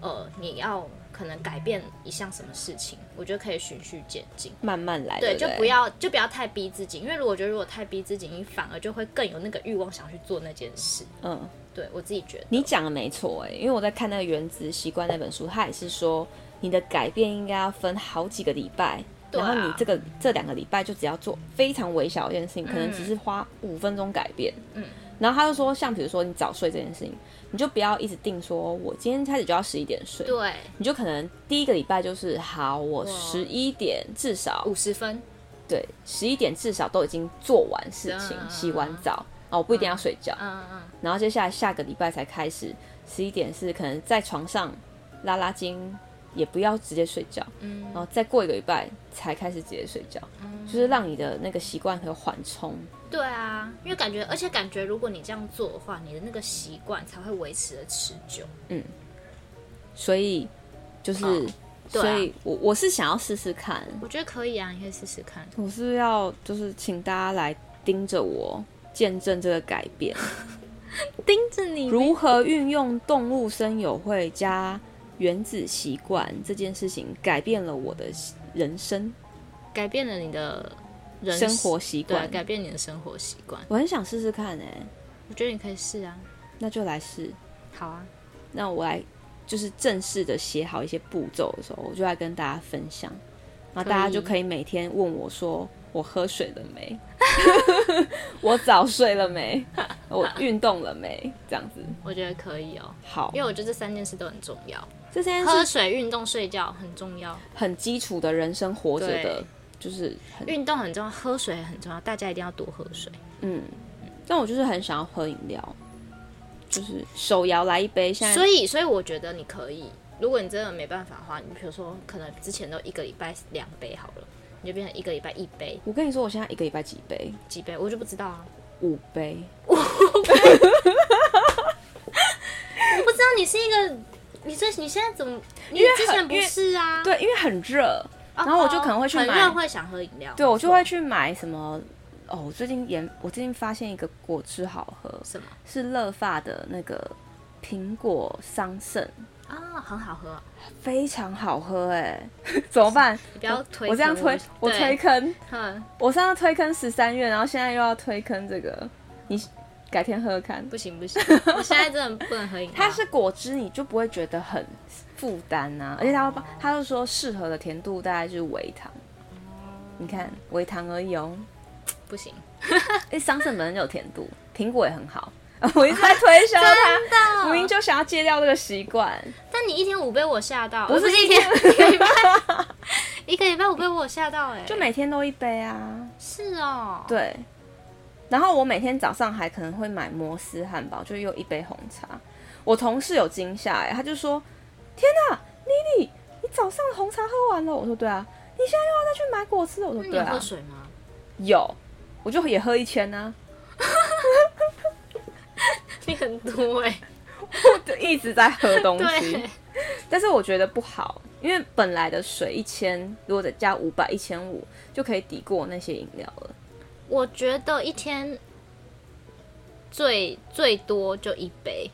S1: 呃，你要可能改变一项什么事情，我觉得可以循序渐进。
S2: 慢慢来，
S1: 对，
S2: 对，
S1: 就不。要就不要太逼自己，因为如果觉得如果太逼自己，你反而就会更有那个欲望想去做那件事。
S2: 嗯，
S1: 对我自己觉得，
S2: 你讲的没错哎、因为我在看那个《原子习惯》那本书，它也是说你的改变应该要分好几个礼拜。
S1: 对啊
S2: 然后你这个这两个礼拜就只要做非常微小的一件事情，可能只是花五分钟改变。
S1: 嗯，
S2: 然后他就说，像比如说你早睡这件事情，你就不要一直定说，我今天开始就要十一点睡。
S1: 对，
S2: 你就可能第一个礼拜就是好，我
S1: 哇
S2: 十一点至少
S1: 五十分，
S2: 对十一点至少都已经做完事情，
S1: 嗯
S2: 洗完澡哦，我不一定要睡觉。
S1: 嗯嗯，
S2: 然后接下来下个礼拜才开始，十一点是可能在床上拉拉筋，也不要直接睡觉，
S1: 嗯
S2: 然后再过一个礼拜才开始直接睡觉，就是让你的那个习惯可以缓冲。
S1: 对啊，因为感觉，而且感觉，如果你这样做的话，你的那个习惯才会维持的持久。
S2: 所以就是，
S1: 哦对啊
S2: 所以我我是想要试试看，
S1: 我觉得可以啊，你可以试试看。
S2: 我是不是要就是请大家来盯着我。见证这个改变，
S1: 盯着你
S2: 如何运用动物声友会加原子习惯这件事情，改变了我的人生
S1: 改变了你的人
S2: 生活习
S1: 对，
S2: 惯。
S1: 改变你的生活习惯。
S2: 我很想试试看哎、
S1: 我觉得你可以试啊。
S2: 那就来试。
S1: 好啊，
S2: 那我来就是正式的写好一些步骤的时候，我就来跟大家分享。然后大家就可以每天问我说：“我喝水了 没？ 我早睡了没？我运动了没？”这样子。
S1: 我觉得可以哦，
S2: 好
S1: 因，为我觉得这三件事都很重要，
S2: 这件
S1: 喝
S2: 是
S1: 水、运动、睡觉很重要，
S2: 很基础的人生活着的
S1: 对，
S2: 就是很
S1: 运动很重要，喝水也很重要，大家一定要多喝水。
S2: 嗯。但我就是很想要喝饮料，就是手摇来一杯。现在
S1: 所以，所以我觉得你可以，如果你真的没办法的话，你比如说可能之前都一个礼拜两杯好了，你就变成一个礼拜一杯
S2: 我跟你说，我现在一个礼拜几杯？
S1: 几杯，我就不知道啊。
S2: 五杯。
S1: 我不知道你是一个，你这你现在怎么？你
S2: 为很
S1: 之前不是啊？
S2: 对，因为很热，
S1: 哦，
S2: 然后我就可能会去
S1: 很
S2: 买
S1: 热会想喝饮料。
S2: 对，我
S1: 没
S2: 就
S1: 错
S2: 会去买什么。哦，我最近研，我最近发现一个果汁好喝，
S1: 什么
S2: 是乐发的那个苹果桑葚，
S1: 啊？很好 喝，
S2: 非常好喝 哎，怎么办？
S1: 你不要推
S2: 我这样推，我推
S1: 对，
S2: 坑，
S1: 嗯，
S2: 我上次推坑十三月，然后现在又要推坑这个，你改天喝喝看。
S1: 不行不 行，我现在真的不能喝饮料。
S2: 它是果汁，你就不会觉得很负担呐，而且它会帮，它就说适合的甜度大概就是微糖。你看，微糖而已哦。
S1: 不行，
S2: 因为桑葚本身就有甜度，苹果也很好。 我一直在 推销啊它，我明明就想要戒掉这个习惯。
S1: 但你一天五杯我吓到，
S2: 不
S1: 不
S2: 是
S1: 是一天，一个礼拜， 一个礼拜五杯我吓到哎、
S2: 就每天都一杯啊。
S1: 是哦，
S2: 对。然后我每天早上还可能会买摩斯汉堡，就又一杯红茶。我同事有惊吓哎，他就说：“天哪，妮妮，你早上红茶喝完了？”我说：“对啊。”你现在又要再去买果汁了？我
S1: 那
S2: 说：“
S1: 你
S2: 对
S1: 有
S2: 啊
S1: 喝。水吗？”
S2: 有，我就也喝一啊圈呢、
S1: 你很多哎、
S2: 我啊就一直在喝东 西。
S1: 对，
S2: 但是我觉得不好，因为本来的水一千，如果再加五百，一千五就可以抵过那些饮料了。
S1: 我觉得一天最最多就一 杯。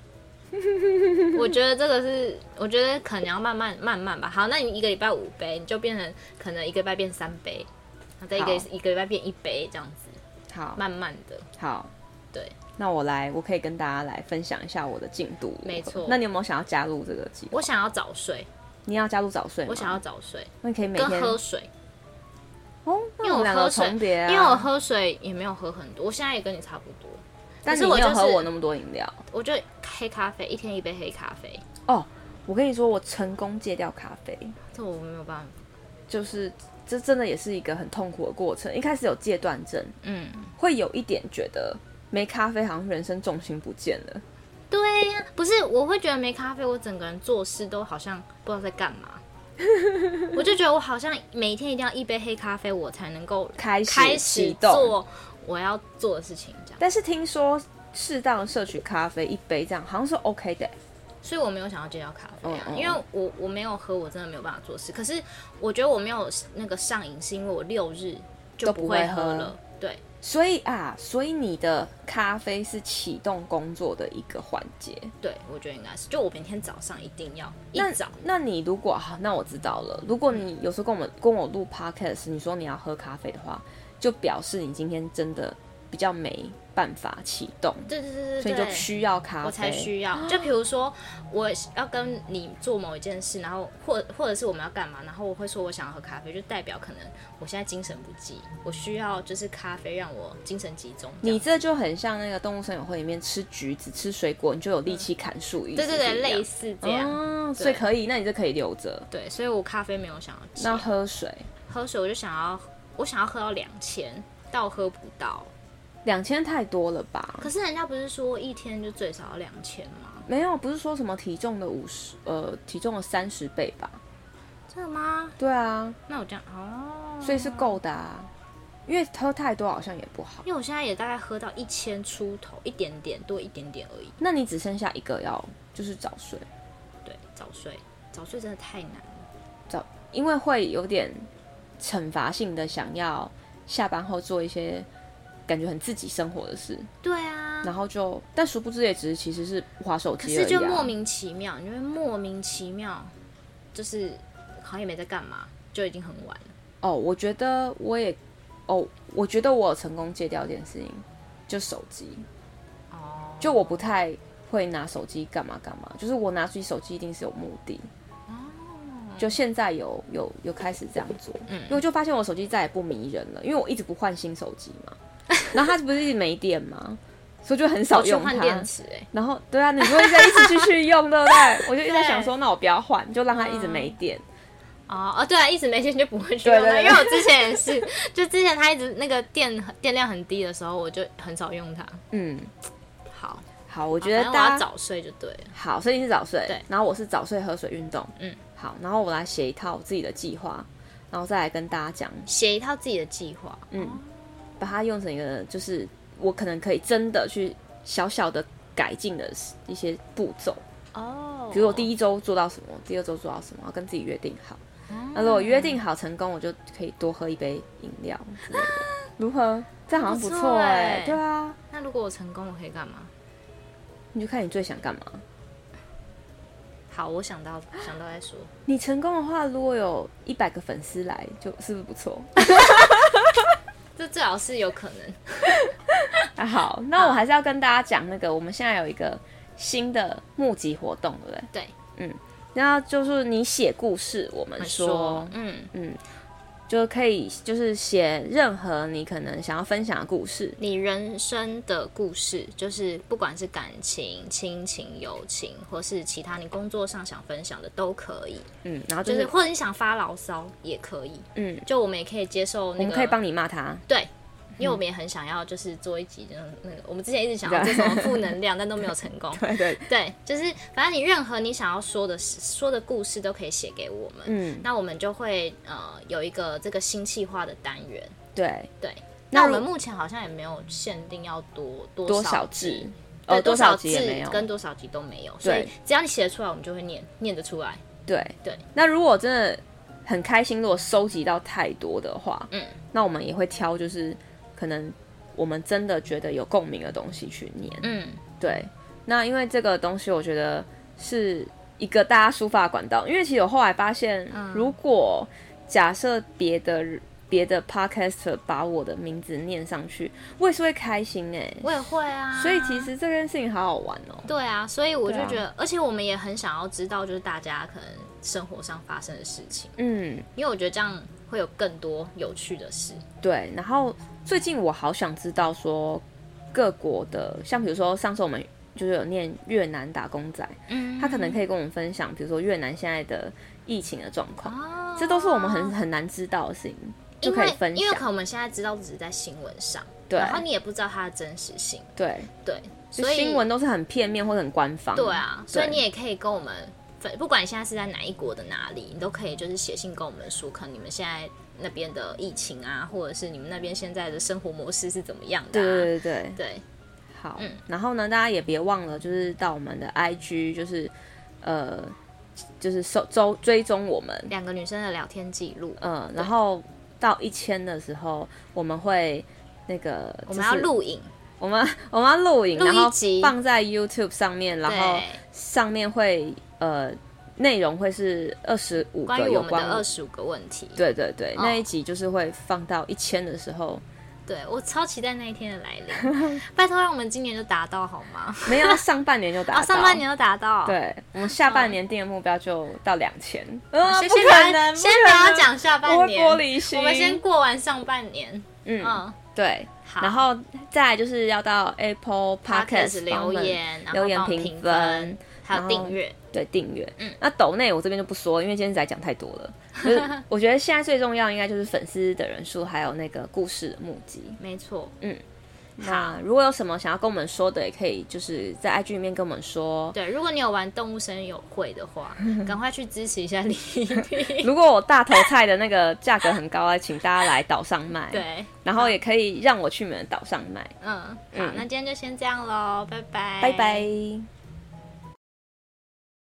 S1: 我觉得这个是，我觉得可能要慢慢慢慢吧。好，那你一个礼拜五杯，你就变成可能一个礼拜变三杯，然后再一个
S2: 好
S1: 一个礼拜变一杯这样子，
S2: 好，
S1: 慢慢的。
S2: 好，
S1: 对，
S2: 那我来，我可以跟大家来分享一下我的进度如何。
S1: 没错
S2: 那你有没有想要加入这个计划？
S1: 我想要早睡，
S2: 你要加入早睡吗？
S1: 我想要，早睡，
S2: 那你可以每
S1: 跟
S2: 天
S1: 喝水，
S2: 哦，那
S1: 因为
S2: 我们
S1: 我
S2: 两
S1: 喝
S2: 个
S1: 水，
S2: 重叠、啊，
S1: 因为我，喝水也没有喝很多，我现在也跟你差不多。
S2: 但
S1: 可
S2: 你
S1: 是我
S2: 没有
S1: 就
S2: 喝
S1: 是
S2: 我那么多饮料。
S1: 我就黑咖啡，一天一杯黑咖啡，
S2: 哦，我跟你说，我成功戒掉咖啡，
S1: 这我没有办法。
S2: 就是这真的也是一个很痛苦的过程。一开始有戒断症，
S1: 嗯，
S2: 会有一点觉得没咖啡好像人生重心不见了。
S1: 对呀、不是，我会觉得没咖啡，我整个人做事都好像不知道在干 嘛。我就觉得我好像每天一定要一杯黑咖啡，我才能够
S2: 开始
S1: 开
S2: 启
S1: 始
S2: 动
S1: 做我要做的事情，这样。
S2: 但是听说适当摄取咖啡一杯这样好像是 OK 的欸、
S1: 所以我没有想要戒掉咖啡啊，
S2: 嗯嗯嗯
S1: 因为我我没有喝，我真的没有办法做事。可是我觉得我没有那个上瘾，是因为我六日就
S2: 都不
S1: 不
S2: 会
S1: 会
S2: 喝
S1: 喝了。对，
S2: 所以啊，所以你的咖啡是启动工作的一个环节。
S1: 对，我觉得应该是，就我每天早上一定要一
S2: 那
S1: 早，
S2: 那你如果好，那我知道了。如果你有时候跟我们跟我录 podcast，你说你要喝咖啡的话，就表示你今天真的比较没办法启动，
S1: 对对对对对，
S2: 所以就需要咖啡。
S1: 我才需要。就比如说，我要跟你做某一件事，然后或或者是我们要干嘛，然后我会说我想要喝咖啡，就代表可能我现在精神不济，我需要就是咖啡让我精神集中。这
S2: 你
S1: 样
S2: 这就很像那个动物森友会里面吃橘子、吃水果，你就有力气砍树一、
S1: 对对对，类
S2: 似
S1: 似这
S2: 这
S1: 样。
S2: 样。哦，所以可以，那你就可以留着。
S1: 对，所以我咖啡没有想要戒
S2: 那喝水，
S1: 喝水，我就想要我想要喝到两千，但我喝不到。
S2: 两千太多了吧？
S1: 可是人家不是说一天就最少两千吗？
S2: 没有，不是说什么体重的五十，呃，体重的三十倍吧？
S1: 真的吗？
S2: 对啊，
S1: 那我这样哦，
S2: 所以是够的啊。因为喝太多好像也不好。
S1: 因为我现在也大概喝到一千出头，一点点多一点点而已。
S2: 那你只剩下一个要，就是早睡，
S1: 对，早睡，早睡真的太难了。
S2: 早，因为会有点惩罚性的想要下班后做一些感觉很自己生活的事，
S1: 对啊，
S2: 然后就，但殊不知也只是其实是划手
S1: 可
S2: 机而已、
S1: 是
S2: 啊。
S1: 就莫名其妙，你会莫名其妙，就是好像也没在干嘛，就已经很晚了。
S2: 哦，我觉得我也，哦，我觉得我有成功戒掉一件事情，就手机，
S1: 哦，
S2: 就我不太会拿手机干嘛干嘛，就是我拿出手机一定是有目的。
S1: 哦
S2: 就现在有有有开始这样做，嗯，因为我就发现我手机再也不迷人了，因为我一直不换新手机 嘛，然后它不是一直没电吗？所以就很少
S1: 我去
S2: 用
S1: 换电
S2: 它。
S1: 池哎、
S2: 然后对啊，你不会再一直继续用，对不对？我就一直在想
S1: 对嗯
S2: 说，那我不要换，就让它一直没电。
S1: 哦哦，对啊，一直没钱就不会去
S2: 对
S1: 用
S2: 对
S1: 它，
S2: 对
S1: 因为我之前也是，就之前它一直那个电电量很低的时候，我就很少用它。
S2: 嗯，
S1: 好，
S2: 好，我
S1: 我
S2: 觉得
S1: 我
S2: 大
S1: 要
S2: 家
S1: 早睡就对了。
S2: 好，所以你是早睡，
S1: 对
S2: 然后我是早睡喝水运动，
S1: 嗯，
S2: 好，然后我来写一套自己的计划，然后再来跟大家讲，
S1: 写一套自己的计划，
S2: 嗯，把它用成一个就是我可能可以真的去小小的改进的一些步骤，
S1: 哦，
S2: 比如我第一周做到什么，第二周做到什么，要跟自己约定好。
S1: 啊
S2: 那如果约定好成功，我就可以多喝一杯饮料之类的，如何？这样好像不
S1: 啊不
S2: 错
S1: 错
S2: 哎、
S1: 欸
S2: 对啊，
S1: 那如果我成功，我可以干嘛？
S2: 你就看你最想干嘛。
S1: 好，我想到想到再说。
S2: 你成功的话，如果有一百个粉丝来，就是不是不错？
S1: 这最好是有可能。
S2: 啊好，那我还是要跟大家讲那个，我们现在有一个新的募集活动，对不对？
S1: 对，
S2: 嗯，那就是你写故事，我们说，
S1: 嗯，
S2: 嗯，就可以就是写任何你可能想要分享的故事，
S1: 你人生的故事，就是不管是感情、亲情、友情，或是其他你工作上想分享的都可以，
S2: 嗯，然后就、
S1: 就是是或者你想发牢骚也可以，
S2: 嗯，
S1: 就我们也可以接受
S2: 我
S1: 那
S2: 们
S1: 个，
S2: 可以帮你嗯骂他，
S1: 对。因为我们也很想要，就是做一集，就是那个我们之前一直想要做什么 负能量，但都没有成功。
S2: 啊对对，
S1: 对，就是反正你任何你想要说的事说的故事都可以写给我们，
S2: 嗯，
S1: 那我们就会呃有一个这个新气化的单元。
S2: 对，
S1: 对，
S2: 那
S1: 那我
S2: 如
S1: 们目前好像也没有限定要多多
S2: 多
S1: 少
S2: 少字
S1: 集，？
S2: 哦，
S1: 对
S2: 多
S1: 多
S2: 少集
S1: 字
S2: 也没有，
S1: 跟多少集都没有，所以
S2: 对
S1: 只要你写得出来，我们就会念念得出来。
S2: 对
S1: 对。
S2: 那如果真的很开心，如果收集到太多的话，
S1: 嗯，
S2: 那我们也会挑，就是可能我们真的觉得有共鸣的东西去念。
S1: 嗯，
S2: 对，那因为这个东西，我觉得是一个大家抒发的管道。因为其实我后来发现，如果假设别的别的 podcaster 把我的名字念上去，我也是会开心哎、
S1: 我也会啊。
S2: 所以其实这件事情好好玩哦、
S1: 对啊，所以我就
S2: 对啊
S1: 觉得，而且我们也很想要知道，就是大家可能生活上发生的事情，
S2: 嗯，
S1: 因为我觉得这样会有更多有趣的事。
S2: 对。然后最近我好想知道说各国的，像比如说上次我们就是有念越南打工仔，
S1: 嗯
S2: 他可能可以跟我们分享，比如说越南现在的疫情的状况。
S1: 哦
S2: 这都是我们很很难知道的事情，就
S1: 因
S2: 可以
S1: 为
S2: 分
S1: 因为可
S2: 享。
S1: 能我们现在知道只是在新闻上，
S2: 对
S1: 然后你也不知道它的真实性，
S2: 对，
S1: 对，
S2: 就
S1: 所以
S2: 新闻都是很片面或者很官方。
S1: 对啊，所以你
S2: 也
S1: 也可以跟我们分，不管你现在是在哪一国的哪里，你都可以就是写信跟我们说，可能你们现在那边的疫情啊，或者是你们那边现在的生活模式是怎么样的、
S2: 对
S1: 啊，嗯
S2: 对对对，
S1: 对
S2: 好。然后呢，大家也别忘了，就是到我们的 IG，就是呃，就是收周追踪我们，
S1: 两个女生的聊天记录，
S2: 嗯、然后到一千的时候，我们会那个、
S1: 我们要
S2: 就是
S1: 录影，
S2: 我们我们要录影，
S1: 录一
S2: 然后
S1: 集
S2: 放在 YouTube 上面，然后
S1: 对，
S2: 上面会呃内容会是二十五
S1: 关
S2: 个
S1: 于我
S2: 有
S1: 们的
S2: 关
S1: 二十五个问题，
S2: 对对对，
S1: 哦
S2: 那一集就是会放到一千的时候，
S1: 对我超期待那一天的来 临，拜托让我们今年就达到好吗？
S2: 没有上半年就 达到、
S1: 啊，上半。年就达到，。
S2: 对我们下半年定的目标就到两千，呃
S1: 先
S2: 不
S1: 先
S2: 可
S1: 不
S2: 能，
S1: 要先不
S2: 不可
S1: 要
S2: 能，
S1: 讲下
S2: 我
S1: 半
S2: 会
S1: 年，
S2: 玻璃心
S1: 我们先过完上半年，
S2: 嗯，
S1: 嗯，
S2: 对。
S1: 好。
S2: 然后再来就是要到 Apple
S1: podcast
S2: Podcast
S1: 留言，然后
S2: 留言
S1: 帮我们
S2: 评分
S1: 分，还
S2: 然
S1: 有
S2: 后
S1: 订阅。
S2: 对订阅。嗯，那抖内我这边就不说，因为今天实在讲太多了。 就是我觉得现在最重要应该就是粉丝的人数，还有那个故事的募集。
S1: 没错，
S2: 那如果有什么想要跟我们说的，也可以就是在 IG 里面跟我们说。
S1: 对，如果你有玩动物森友会的 话，赶快去支持一下李丽。
S2: 如果我大头菜的那个价格很高啊，请大家来岛上卖。，
S1: 对，
S2: 然后也可以让我去你们的岛上卖。
S1: 嗯，好，
S2: 嗯
S1: 那今天就先这样喽，拜拜，
S2: 拜拜。